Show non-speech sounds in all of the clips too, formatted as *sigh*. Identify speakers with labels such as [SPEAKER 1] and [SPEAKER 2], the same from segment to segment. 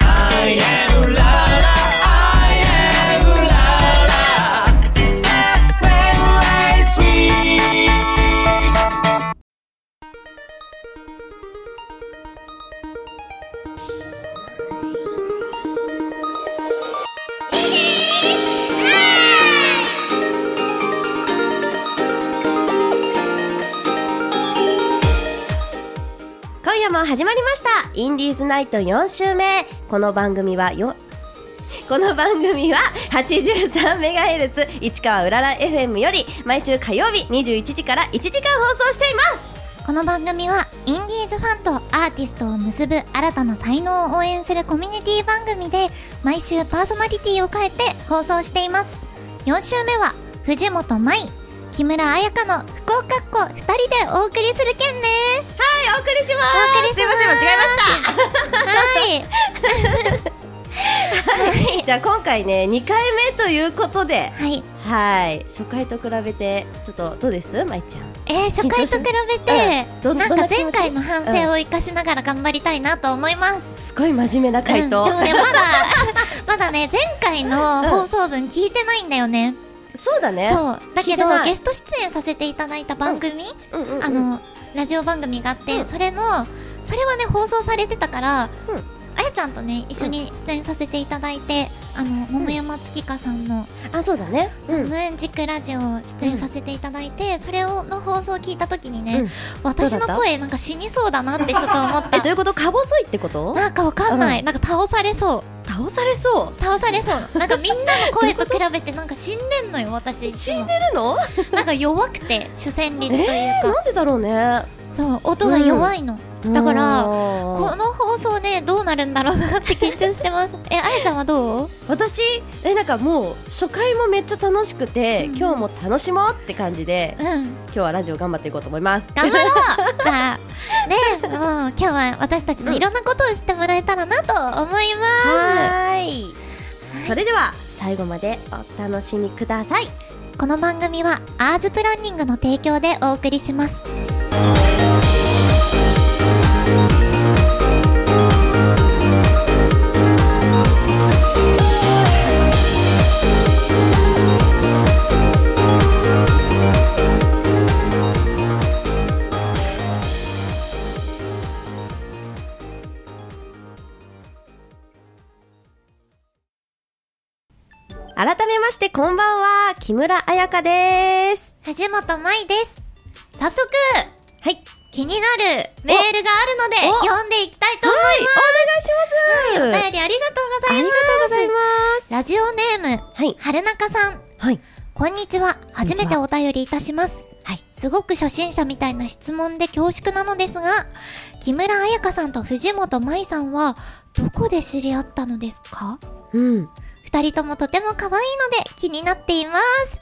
[SPEAKER 1] I am la la, I am la la. FM ライスウィーク
[SPEAKER 2] 今夜も始まりましたインディーズナイト4週目この番組はよ *laughs* この番組は 83MHz 市川うらら FM より毎週火曜日21時から1時間放送しています
[SPEAKER 3] この番組はインディーズファンとアーティストを結ぶ新たな才能を応援するコミュニティ番組で毎週パーソナリティを変えて放送しています4週目は藤本舞木村彩香の福岡っ子2人でお送りする件ね
[SPEAKER 2] はいお送りしま
[SPEAKER 3] お送りします
[SPEAKER 2] すいません間違えました
[SPEAKER 3] は
[SPEAKER 2] *laughs*
[SPEAKER 3] い
[SPEAKER 2] じゃあ今回ね2回目ということで
[SPEAKER 3] はい
[SPEAKER 2] はい初回と比べてちょっとどうですまいちゃん *laughs*
[SPEAKER 3] えー、初回と比べて、
[SPEAKER 2] うんどん
[SPEAKER 3] なんか
[SPEAKER 2] どんな気持ち
[SPEAKER 3] 前回の反省を生かしながら頑張りたいなと思います
[SPEAKER 2] すごい真面目な回答、
[SPEAKER 3] うん、でもねまだ *laughs* まだね前回の放送分聞いてないんだよね、
[SPEAKER 2] そうだね
[SPEAKER 3] そう
[SPEAKER 2] 聞
[SPEAKER 3] だ
[SPEAKER 2] い
[SPEAKER 3] け
[SPEAKER 2] て
[SPEAKER 3] ど
[SPEAKER 2] ない
[SPEAKER 3] ゲスト出演させていただいた番組、
[SPEAKER 2] うんうんうん
[SPEAKER 3] あのラジオ番組があって、
[SPEAKER 2] うん
[SPEAKER 3] それのそれはね放送されてたから、
[SPEAKER 2] うん
[SPEAKER 3] あやちゃんとね一緒に出演させていただいて、あの桃山月花さんの
[SPEAKER 2] あそうだね
[SPEAKER 3] 「
[SPEAKER 2] う
[SPEAKER 3] そ
[SPEAKER 2] ん
[SPEAKER 3] うムーンジックラジオ」を出演させていただいて、それをの放送を聞いた時にね、
[SPEAKER 2] うん
[SPEAKER 3] 私
[SPEAKER 2] ど
[SPEAKER 3] の
[SPEAKER 2] うだった
[SPEAKER 3] 声なんか死にそうだなってちょっと思っ
[SPEAKER 2] *laughs* えどうい
[SPEAKER 3] た
[SPEAKER 2] うことか細いってこと
[SPEAKER 3] なんかわかんない、
[SPEAKER 2] う
[SPEAKER 3] なんか倒されそう
[SPEAKER 2] 倒されそう
[SPEAKER 3] 倒さ
[SPEAKER 2] *laughs*
[SPEAKER 3] れそうなんかみんなの声と比べてなんか死んでんのよ私いつ
[SPEAKER 2] 死
[SPEAKER 3] も
[SPEAKER 2] んでるの
[SPEAKER 3] なんか弱くて主戦率とい
[SPEAKER 2] え
[SPEAKER 3] うか、
[SPEAKER 2] なんでだろうね
[SPEAKER 3] そう音が弱いの、だから
[SPEAKER 2] こ
[SPEAKER 3] この放送ねどうなるんだろうなって緊張してます
[SPEAKER 2] *laughs*
[SPEAKER 3] えあやちゃんはどう
[SPEAKER 2] 私えなんかもう初回もめっちゃ楽しくて、
[SPEAKER 3] うん
[SPEAKER 2] 今日も楽しもうって感じで
[SPEAKER 3] うん
[SPEAKER 2] 今日はラジオ頑張っていこうと思います
[SPEAKER 3] 頑張ろうじゃあねもう今日は私たちのいろんなことを知ってもらえたらなと思います、
[SPEAKER 2] はーいそれでは最後までお楽しみください
[SPEAKER 3] この番組はアーズプランニングの提供でお送りします
[SPEAKER 2] 改めましてこんばんは木村彩香です
[SPEAKER 3] 藤本舞です早速
[SPEAKER 2] はい
[SPEAKER 3] 気になるメールがあるので
[SPEAKER 2] おお
[SPEAKER 3] 読んでいきたいと思い
[SPEAKER 2] はいお
[SPEAKER 3] ます、
[SPEAKER 2] 願いします、
[SPEAKER 3] お便りありがとうご
[SPEAKER 2] あ
[SPEAKER 3] ざい
[SPEAKER 2] りがと
[SPEAKER 3] ます
[SPEAKER 2] うございます
[SPEAKER 3] ラジオネーム
[SPEAKER 2] はい
[SPEAKER 3] 春中さん
[SPEAKER 2] はい
[SPEAKER 3] こんにちは。
[SPEAKER 2] んに
[SPEAKER 3] 初
[SPEAKER 2] ちは
[SPEAKER 3] めてお便りいたします。
[SPEAKER 2] はい。
[SPEAKER 3] すごく初心者みたいな質問で恐縮なのですが、木村彩香さんと藤本舞さんは、どこで知り合ったのですか
[SPEAKER 2] うん
[SPEAKER 3] 二人ともとても可愛いので気になっていま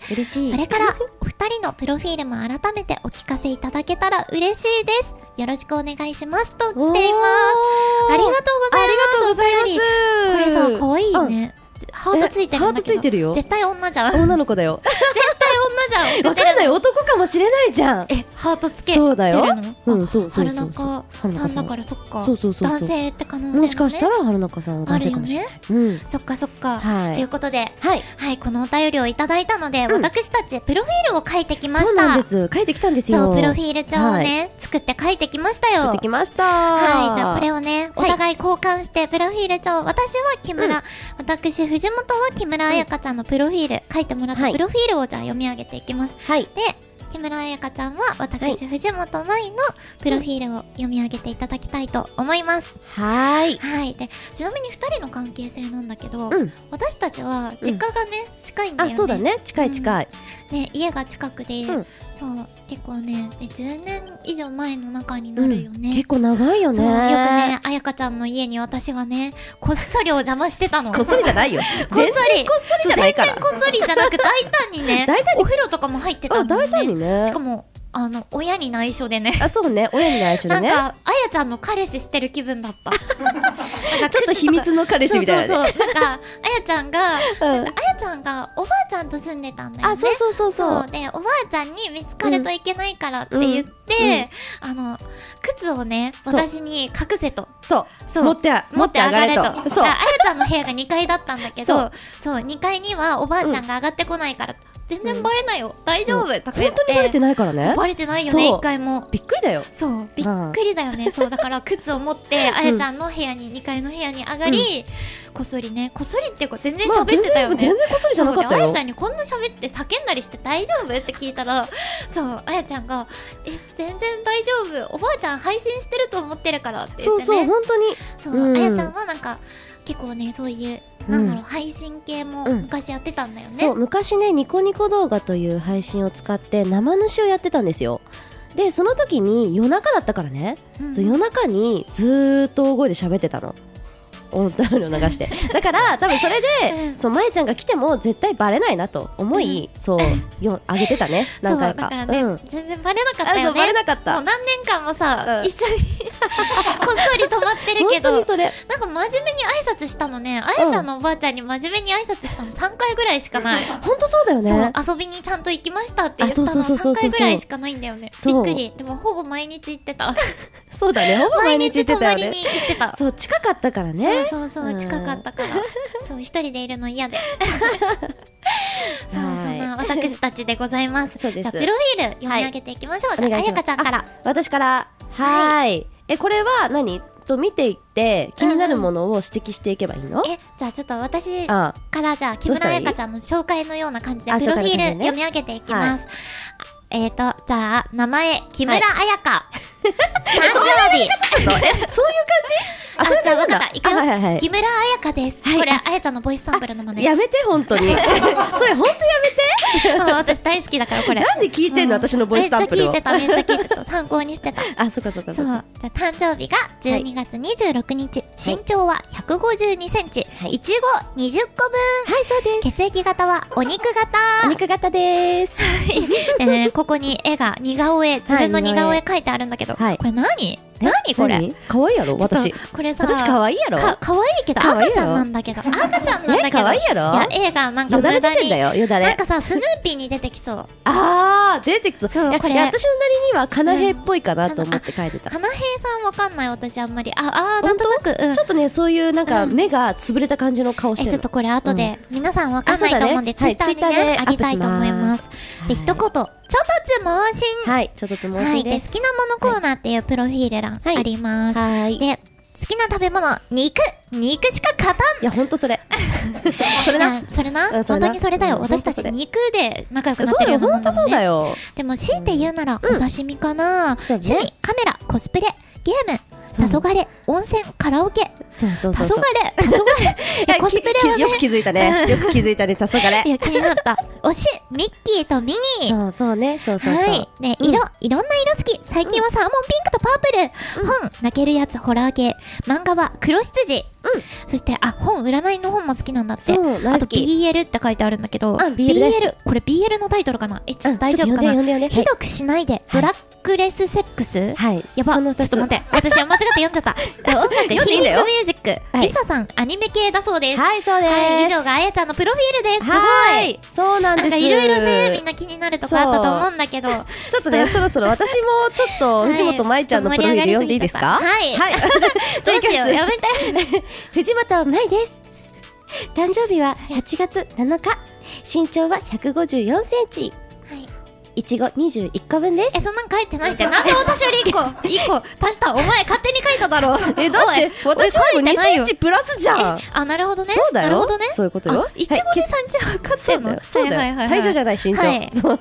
[SPEAKER 3] す。
[SPEAKER 2] 嬉しい
[SPEAKER 3] それから、お二人のプロフィールも改めてお聞かせいただけたら嬉しいです。よろしくお願いします。と来ています。ありがと
[SPEAKER 2] ありがとう
[SPEAKER 3] うございます。
[SPEAKER 2] ございます
[SPEAKER 3] お便りこれさ、可愛いね。ハートつい
[SPEAKER 2] え
[SPEAKER 3] てるんだけど。
[SPEAKER 2] ハートついてるよ
[SPEAKER 3] 絶対女じゃん。絶対
[SPEAKER 2] 女の子だ
[SPEAKER 3] *laughs*
[SPEAKER 2] よ
[SPEAKER 3] 女じゃ
[SPEAKER 2] *laughs*
[SPEAKER 3] ん。
[SPEAKER 2] わかんない男かもしれないじゃん
[SPEAKER 3] えハートつけ
[SPEAKER 2] そうだよ
[SPEAKER 3] てるの
[SPEAKER 2] うん
[SPEAKER 3] あ
[SPEAKER 2] そうそうそう
[SPEAKER 3] 春中さんだからそっか
[SPEAKER 2] そうそうそうそう
[SPEAKER 3] 男性って可能性も、ね、
[SPEAKER 2] もしかしたら春中さんは男
[SPEAKER 3] ある
[SPEAKER 2] 性
[SPEAKER 3] よ
[SPEAKER 2] かもしれない、
[SPEAKER 3] ね
[SPEAKER 2] うん
[SPEAKER 3] そっかそっか、
[SPEAKER 2] はい
[SPEAKER 3] ということで
[SPEAKER 2] はい
[SPEAKER 3] はいこのお便りをいただいたので、
[SPEAKER 2] うん
[SPEAKER 3] 私たちプロフィールを書いてきました
[SPEAKER 2] そうなんです書いてきたんですよ
[SPEAKER 3] そうプロフィール帳をね、作って書いてきました
[SPEAKER 2] 書
[SPEAKER 3] よ
[SPEAKER 2] いてきました
[SPEAKER 3] はい、じゃあこれ
[SPEAKER 2] を
[SPEAKER 3] をね、
[SPEAKER 2] はい
[SPEAKER 3] お互い交換して、プロフィール帳、私は木村、
[SPEAKER 2] う
[SPEAKER 3] 私、藤本は木村彩香ちゃんのプロフィール、書いてもらった
[SPEAKER 2] はい
[SPEAKER 3] プロフィールをじゃあ読み上げていきます。
[SPEAKER 2] はい
[SPEAKER 3] で、木村彩香ちゃんは
[SPEAKER 2] はい
[SPEAKER 3] 私、藤本舞のプロフィールを読み上げていただきたいと思います。
[SPEAKER 2] はーい
[SPEAKER 3] はい、で、ちなみに2人の関係性なんだけど、
[SPEAKER 2] うん
[SPEAKER 3] 私たちは実家がね、近いんだよ
[SPEAKER 2] あ
[SPEAKER 3] ね。
[SPEAKER 2] そうだね近い近い、
[SPEAKER 3] ね、家が近くで、
[SPEAKER 2] うん
[SPEAKER 3] そう、結構ね、え10年以上前の中になるよね。
[SPEAKER 2] 結構長いよね
[SPEAKER 3] そうよくね、あやかちゃんの家に私はね、こっそりお邪魔してたの。
[SPEAKER 2] こっそりじゃないよ
[SPEAKER 3] *laughs* こっそり
[SPEAKER 2] 全然こっそりじゃないから
[SPEAKER 3] 全然こっそりじゃなく、大胆にね、
[SPEAKER 2] *laughs* 大胆に
[SPEAKER 3] お風呂とかも入ってた
[SPEAKER 2] あ
[SPEAKER 3] の、ね。
[SPEAKER 2] 大胆にね
[SPEAKER 3] しかも、あの、親に内緒でね。
[SPEAKER 2] あそうね親に内緒
[SPEAKER 3] な
[SPEAKER 2] で
[SPEAKER 3] ん
[SPEAKER 2] ね
[SPEAKER 3] か、あやちゃんの彼氏してる気分
[SPEAKER 2] *laughs*
[SPEAKER 3] だった。なんか
[SPEAKER 2] ちょっと秘密の彼氏みたいなね
[SPEAKER 3] そうそうそう。なんか、あやちゃんが、
[SPEAKER 2] うん
[SPEAKER 3] ちょっとあやちゃんがおばあちゃんと住んでたんだよね。
[SPEAKER 2] あそうそうそう
[SPEAKER 3] そ
[SPEAKER 2] そう
[SPEAKER 3] うでおばあちゃんに見つかるといけないからって言って、あの靴をね
[SPEAKER 2] そう
[SPEAKER 3] 私に隠せと
[SPEAKER 2] そう
[SPEAKER 3] そう
[SPEAKER 2] 持って
[SPEAKER 3] 持って上がれと
[SPEAKER 2] 持って上がれと
[SPEAKER 3] そう
[SPEAKER 2] そう
[SPEAKER 3] あやちゃんの部屋が2階だったんだけど
[SPEAKER 2] そ
[SPEAKER 3] そう2階にはおばあちゃんが上がってこないから、全然バレないよ、大丈夫とか言
[SPEAKER 2] 本
[SPEAKER 3] って
[SPEAKER 2] 当にバレてないからね
[SPEAKER 3] バレてないよね
[SPEAKER 2] そう
[SPEAKER 3] 1回も
[SPEAKER 2] びっくりだよ
[SPEAKER 3] そうびっくりだよね、
[SPEAKER 2] *laughs*
[SPEAKER 3] そうだから靴を持ってあやちゃんの部屋に2階の部屋に上がり、こっそりねこっそりっていうか全然
[SPEAKER 2] まあ
[SPEAKER 3] 喋ってたよね、
[SPEAKER 2] 全然全然こっそりじゃなかった
[SPEAKER 3] そうであ
[SPEAKER 2] よ
[SPEAKER 3] やちゃんにこんな喋って叫んだりして大丈夫って聞いたらそうあやちゃんが「え全然大丈夫おばあちゃん配信してると思ってるから」って言
[SPEAKER 2] そ
[SPEAKER 3] っ
[SPEAKER 2] う
[SPEAKER 3] てね
[SPEAKER 2] そう本当に
[SPEAKER 3] そう
[SPEAKER 2] うん
[SPEAKER 3] あやちゃんはなんか結構ねそういう、なんだろう配信系も
[SPEAKER 2] うん
[SPEAKER 3] 昔やってたんだよね、
[SPEAKER 2] そう昔ねニコニコ動画という配信を使って生主をやってたんですよでその時に夜中だったからね、
[SPEAKER 3] うん
[SPEAKER 2] そう夜中にずーっと大声で喋ってたの音楽を流して
[SPEAKER 3] *laughs*
[SPEAKER 2] だから多分それで、
[SPEAKER 3] うん
[SPEAKER 2] そうまえちゃんが来ても絶対バレないなと思い、そうよ上げてたね何回
[SPEAKER 3] *laughs* そうだ
[SPEAKER 2] か
[SPEAKER 3] からね、
[SPEAKER 2] うん
[SPEAKER 3] 全然バレなかった
[SPEAKER 2] あそ
[SPEAKER 3] よ
[SPEAKER 2] うバレ
[SPEAKER 3] ね
[SPEAKER 2] なかっ
[SPEAKER 3] も
[SPEAKER 2] た
[SPEAKER 3] う何年間もさ、
[SPEAKER 2] うん *laughs*
[SPEAKER 3] 一緒にこっそり泊まってるけ
[SPEAKER 2] 本当
[SPEAKER 3] ど
[SPEAKER 2] にそれ
[SPEAKER 3] なんか真面目に挨拶したのねあやちゃんのおばあちゃんに真面目に挨拶したの3回ぐらいしかない、
[SPEAKER 2] 本当そうだよ *laughs* ね
[SPEAKER 3] そう遊びにちゃんと行きましたって言った
[SPEAKER 2] あ
[SPEAKER 3] の
[SPEAKER 2] そうそうそうそうそう
[SPEAKER 3] 3回ぐらいしかないんだよねび
[SPEAKER 2] そ
[SPEAKER 3] っ
[SPEAKER 2] う
[SPEAKER 3] くりでもほぼ毎日行ってた
[SPEAKER 2] そうだねほぼ *laughs* 毎
[SPEAKER 3] 毎
[SPEAKER 2] 日言
[SPEAKER 3] 日
[SPEAKER 2] って
[SPEAKER 3] 泊
[SPEAKER 2] た
[SPEAKER 3] ま
[SPEAKER 2] よ
[SPEAKER 3] りに
[SPEAKER 2] ね
[SPEAKER 3] 行って
[SPEAKER 2] *laughs*
[SPEAKER 3] た
[SPEAKER 2] そう近かったからね
[SPEAKER 3] そうそうそううん近かったからそう一人でいるの嫌でそうそ
[SPEAKER 2] はい
[SPEAKER 3] んな私たちでございます
[SPEAKER 2] そうです
[SPEAKER 3] じゃあプロフィール読み上げていきましょう、
[SPEAKER 2] はい
[SPEAKER 3] じゃあ
[SPEAKER 2] お願いし
[SPEAKER 3] 彩
[SPEAKER 2] ます
[SPEAKER 3] 香ちゃんから
[SPEAKER 2] 私からはーいえこれは何と見ていって気になるものを指摘していけばいいの、
[SPEAKER 3] えじゃあちょっと私
[SPEAKER 2] あ
[SPEAKER 3] からじゃあ木
[SPEAKER 2] どうし
[SPEAKER 3] 村
[SPEAKER 2] たらいい
[SPEAKER 3] 彩香ちゃんの紹介のような感じで
[SPEAKER 2] あ
[SPEAKER 3] プロフィ
[SPEAKER 2] 紹介の感じ
[SPEAKER 3] ール
[SPEAKER 2] ね
[SPEAKER 3] 読み上げていきます、えーとじゃあ名前木村彩香、 *laughs* 誕生日
[SPEAKER 2] そういう感
[SPEAKER 3] あ
[SPEAKER 2] じ
[SPEAKER 3] じゃあ分かったいくよ、
[SPEAKER 2] あはいはいはい
[SPEAKER 3] 木村彩香です、
[SPEAKER 2] はい
[SPEAKER 3] これ彩ちゃんのボイスサンプルの真
[SPEAKER 2] じ
[SPEAKER 3] 似
[SPEAKER 2] やめて本当
[SPEAKER 3] *laughs*
[SPEAKER 2] にそれ本当や
[SPEAKER 3] うん *laughs* 私大好きだからこ
[SPEAKER 2] め
[SPEAKER 3] れ
[SPEAKER 2] てなんで聞いてんの、
[SPEAKER 3] うん
[SPEAKER 2] 私のボイスサンプルを
[SPEAKER 3] めっちゃ聞いてためっち
[SPEAKER 2] *laughs*
[SPEAKER 3] ゃ聞いてた参考にしてた
[SPEAKER 2] あそうかそうかそ
[SPEAKER 3] そ
[SPEAKER 2] うう
[SPEAKER 3] じ
[SPEAKER 2] か
[SPEAKER 3] ゃあ誕生日が12月26日、身長は1 5 2センチ、
[SPEAKER 2] はい
[SPEAKER 3] いちご20個分
[SPEAKER 2] はいそうです
[SPEAKER 3] 血液型はお肉型
[SPEAKER 2] お肉型です
[SPEAKER 3] でねここに絵が似顔絵自分の似顔絵書いてあるんだけど、
[SPEAKER 2] はい
[SPEAKER 3] これ何何これ
[SPEAKER 2] 何可愛いやろ
[SPEAKER 3] ち
[SPEAKER 2] 私
[SPEAKER 3] ょっとこれさ
[SPEAKER 2] 私可愛いやろ
[SPEAKER 3] か可愛いけど
[SPEAKER 2] 可愛いよ
[SPEAKER 3] 赤ちゃんなんだ
[SPEAKER 2] *laughs*
[SPEAKER 3] けど赤ちゃんなんだけ
[SPEAKER 2] ね
[SPEAKER 3] ど
[SPEAKER 2] 可愛いやろ
[SPEAKER 3] いや絵がなんか
[SPEAKER 2] よ
[SPEAKER 3] 無
[SPEAKER 2] だれ
[SPEAKER 3] 駄
[SPEAKER 2] 出てん
[SPEAKER 3] に
[SPEAKER 2] だよよだ
[SPEAKER 3] な
[SPEAKER 2] れ
[SPEAKER 3] んかさスヌーピーに出て
[SPEAKER 2] *laughs*
[SPEAKER 3] きそう
[SPEAKER 2] あー出てきそう
[SPEAKER 3] そう
[SPEAKER 2] いや
[SPEAKER 3] これ
[SPEAKER 2] いや私のなりにはカナヘっぽいかなと思って書いてた、
[SPEAKER 3] 花平さんわかんない私あんまりああーなんとなくうん
[SPEAKER 2] ちょっとねそういうなんか
[SPEAKER 3] うん
[SPEAKER 2] 目が潰れた感じの顔し
[SPEAKER 3] え
[SPEAKER 2] て
[SPEAKER 3] ち
[SPEAKER 2] る
[SPEAKER 3] ょっとこれ後で、皆さんわかんないと思うんで、
[SPEAKER 2] あそうだね
[SPEAKER 3] ツイッターに
[SPEAKER 2] はい
[SPEAKER 3] ね、
[SPEAKER 2] ツイッターで
[SPEAKER 3] あげたいと思います
[SPEAKER 2] はい
[SPEAKER 3] で一言「ちょっとつ盲信」
[SPEAKER 2] はい、ちょっとつも
[SPEAKER 3] は
[SPEAKER 2] し
[SPEAKER 3] い、
[SPEAKER 2] い
[SPEAKER 3] で
[SPEAKER 2] で
[SPEAKER 3] 好
[SPEAKER 2] す。
[SPEAKER 3] きなものコーナーっていうプロフィール欄
[SPEAKER 2] はい
[SPEAKER 3] あります、
[SPEAKER 2] はい。い
[SPEAKER 3] で好きな食べ物肉肉しか勝たん
[SPEAKER 2] や、ほんとそれ。それな。
[SPEAKER 3] あ *laughs* それな
[SPEAKER 2] うんそれ
[SPEAKER 3] 本
[SPEAKER 2] な
[SPEAKER 3] 当にそれだよ、
[SPEAKER 2] うん
[SPEAKER 3] 私た
[SPEAKER 2] ほんとそ
[SPEAKER 3] ち
[SPEAKER 2] れ
[SPEAKER 3] 肉で仲良くなっ
[SPEAKER 2] そうだ
[SPEAKER 3] てるよ
[SPEAKER 2] よ、
[SPEAKER 3] うな
[SPEAKER 2] ほ
[SPEAKER 3] も
[SPEAKER 2] ん
[SPEAKER 3] んだ
[SPEAKER 2] と
[SPEAKER 3] も
[SPEAKER 2] そ
[SPEAKER 3] ん
[SPEAKER 2] うだ
[SPEAKER 3] ね
[SPEAKER 2] よ。
[SPEAKER 3] でも強いて言うなら、
[SPEAKER 2] うん
[SPEAKER 3] お刺身かな、
[SPEAKER 2] そうね
[SPEAKER 3] 趣味カメラコスプレゲーム黄
[SPEAKER 2] そう
[SPEAKER 3] 昏温泉カラオケ
[SPEAKER 2] そうそう
[SPEAKER 3] 黄
[SPEAKER 2] そう
[SPEAKER 3] 昏
[SPEAKER 2] そう。
[SPEAKER 3] 黄昏
[SPEAKER 2] いや
[SPEAKER 3] コスプレ
[SPEAKER 2] き
[SPEAKER 3] は
[SPEAKER 2] きよく気づいたね。よく気づいたね、黄
[SPEAKER 3] い
[SPEAKER 2] 昏。
[SPEAKER 3] や気になった推しミッキーとミニー
[SPEAKER 2] そうそうね、そうそう
[SPEAKER 3] は
[SPEAKER 2] そう
[SPEAKER 3] い。。ね、
[SPEAKER 2] うん
[SPEAKER 3] 色、いろんな色好き。最近はサーモンピンクとパープル。本、泣けるやつホラー系。漫画は黒羊。そして、あ、本、占いの本も好きなんだっ
[SPEAKER 2] そ
[SPEAKER 3] て。
[SPEAKER 2] う大
[SPEAKER 3] あと
[SPEAKER 2] 好き
[SPEAKER 3] BL って書いてあるんだけど、
[SPEAKER 2] あ BL 大好き
[SPEAKER 3] これ BL のタイトルかなえ、ちょっと大丈夫か
[SPEAKER 2] うんちょっと呼
[SPEAKER 3] なん
[SPEAKER 2] で呼んで呼んで
[SPEAKER 3] ひどくしないで、ブラックレスセックス
[SPEAKER 2] はい。
[SPEAKER 3] やば、
[SPEAKER 2] そ
[SPEAKER 3] ちょ
[SPEAKER 2] の
[SPEAKER 3] っ
[SPEAKER 2] 二つ
[SPEAKER 3] と待って。私は間違って読んじゃった。で音楽、ヒ
[SPEAKER 2] *laughs* 読んでいいん
[SPEAKER 3] ーリ
[SPEAKER 2] だ
[SPEAKER 3] ン
[SPEAKER 2] よ
[SPEAKER 3] グミュージック。
[SPEAKER 2] はい
[SPEAKER 3] リサさん、アニメ系だそうです。
[SPEAKER 2] はい、そうで
[SPEAKER 3] はい、
[SPEAKER 2] す。
[SPEAKER 3] 以上があやちゃんのプロフィールです。すご。
[SPEAKER 2] はいい。そうなんで
[SPEAKER 3] な
[SPEAKER 2] す。
[SPEAKER 3] んかいろいろね、みんな気になるとこあったと思うんだけど、
[SPEAKER 2] ちょっとね、そろそろ私もちょっと藤本舞ちゃんのプロフィール読んでいいですか
[SPEAKER 3] はい
[SPEAKER 2] はい。
[SPEAKER 3] どう
[SPEAKER 2] *laughs*
[SPEAKER 3] しよう、やめて。
[SPEAKER 2] 藤本舞です誕生日は8月7日身長は154センチいちご21個分です
[SPEAKER 3] え、そんなん書いてないって、なんで私より一個、
[SPEAKER 2] *laughs*
[SPEAKER 3] 一個足した、お前勝手に書いただろ。
[SPEAKER 2] えだって
[SPEAKER 3] おい
[SPEAKER 2] 私よりも2
[SPEAKER 3] 俺書いてない
[SPEAKER 2] セ
[SPEAKER 3] よ
[SPEAKER 2] ンチプラスじゃん
[SPEAKER 3] えあ、なるほどね。
[SPEAKER 2] そうだよ
[SPEAKER 3] なるほどね。
[SPEAKER 2] そういうことよ
[SPEAKER 3] あいちごに
[SPEAKER 2] はい
[SPEAKER 3] 三茶測って
[SPEAKER 2] そうんだ
[SPEAKER 3] の
[SPEAKER 2] よそうだよ体重じゃ
[SPEAKER 3] ゃ
[SPEAKER 2] ない身長、
[SPEAKER 3] はい
[SPEAKER 2] そう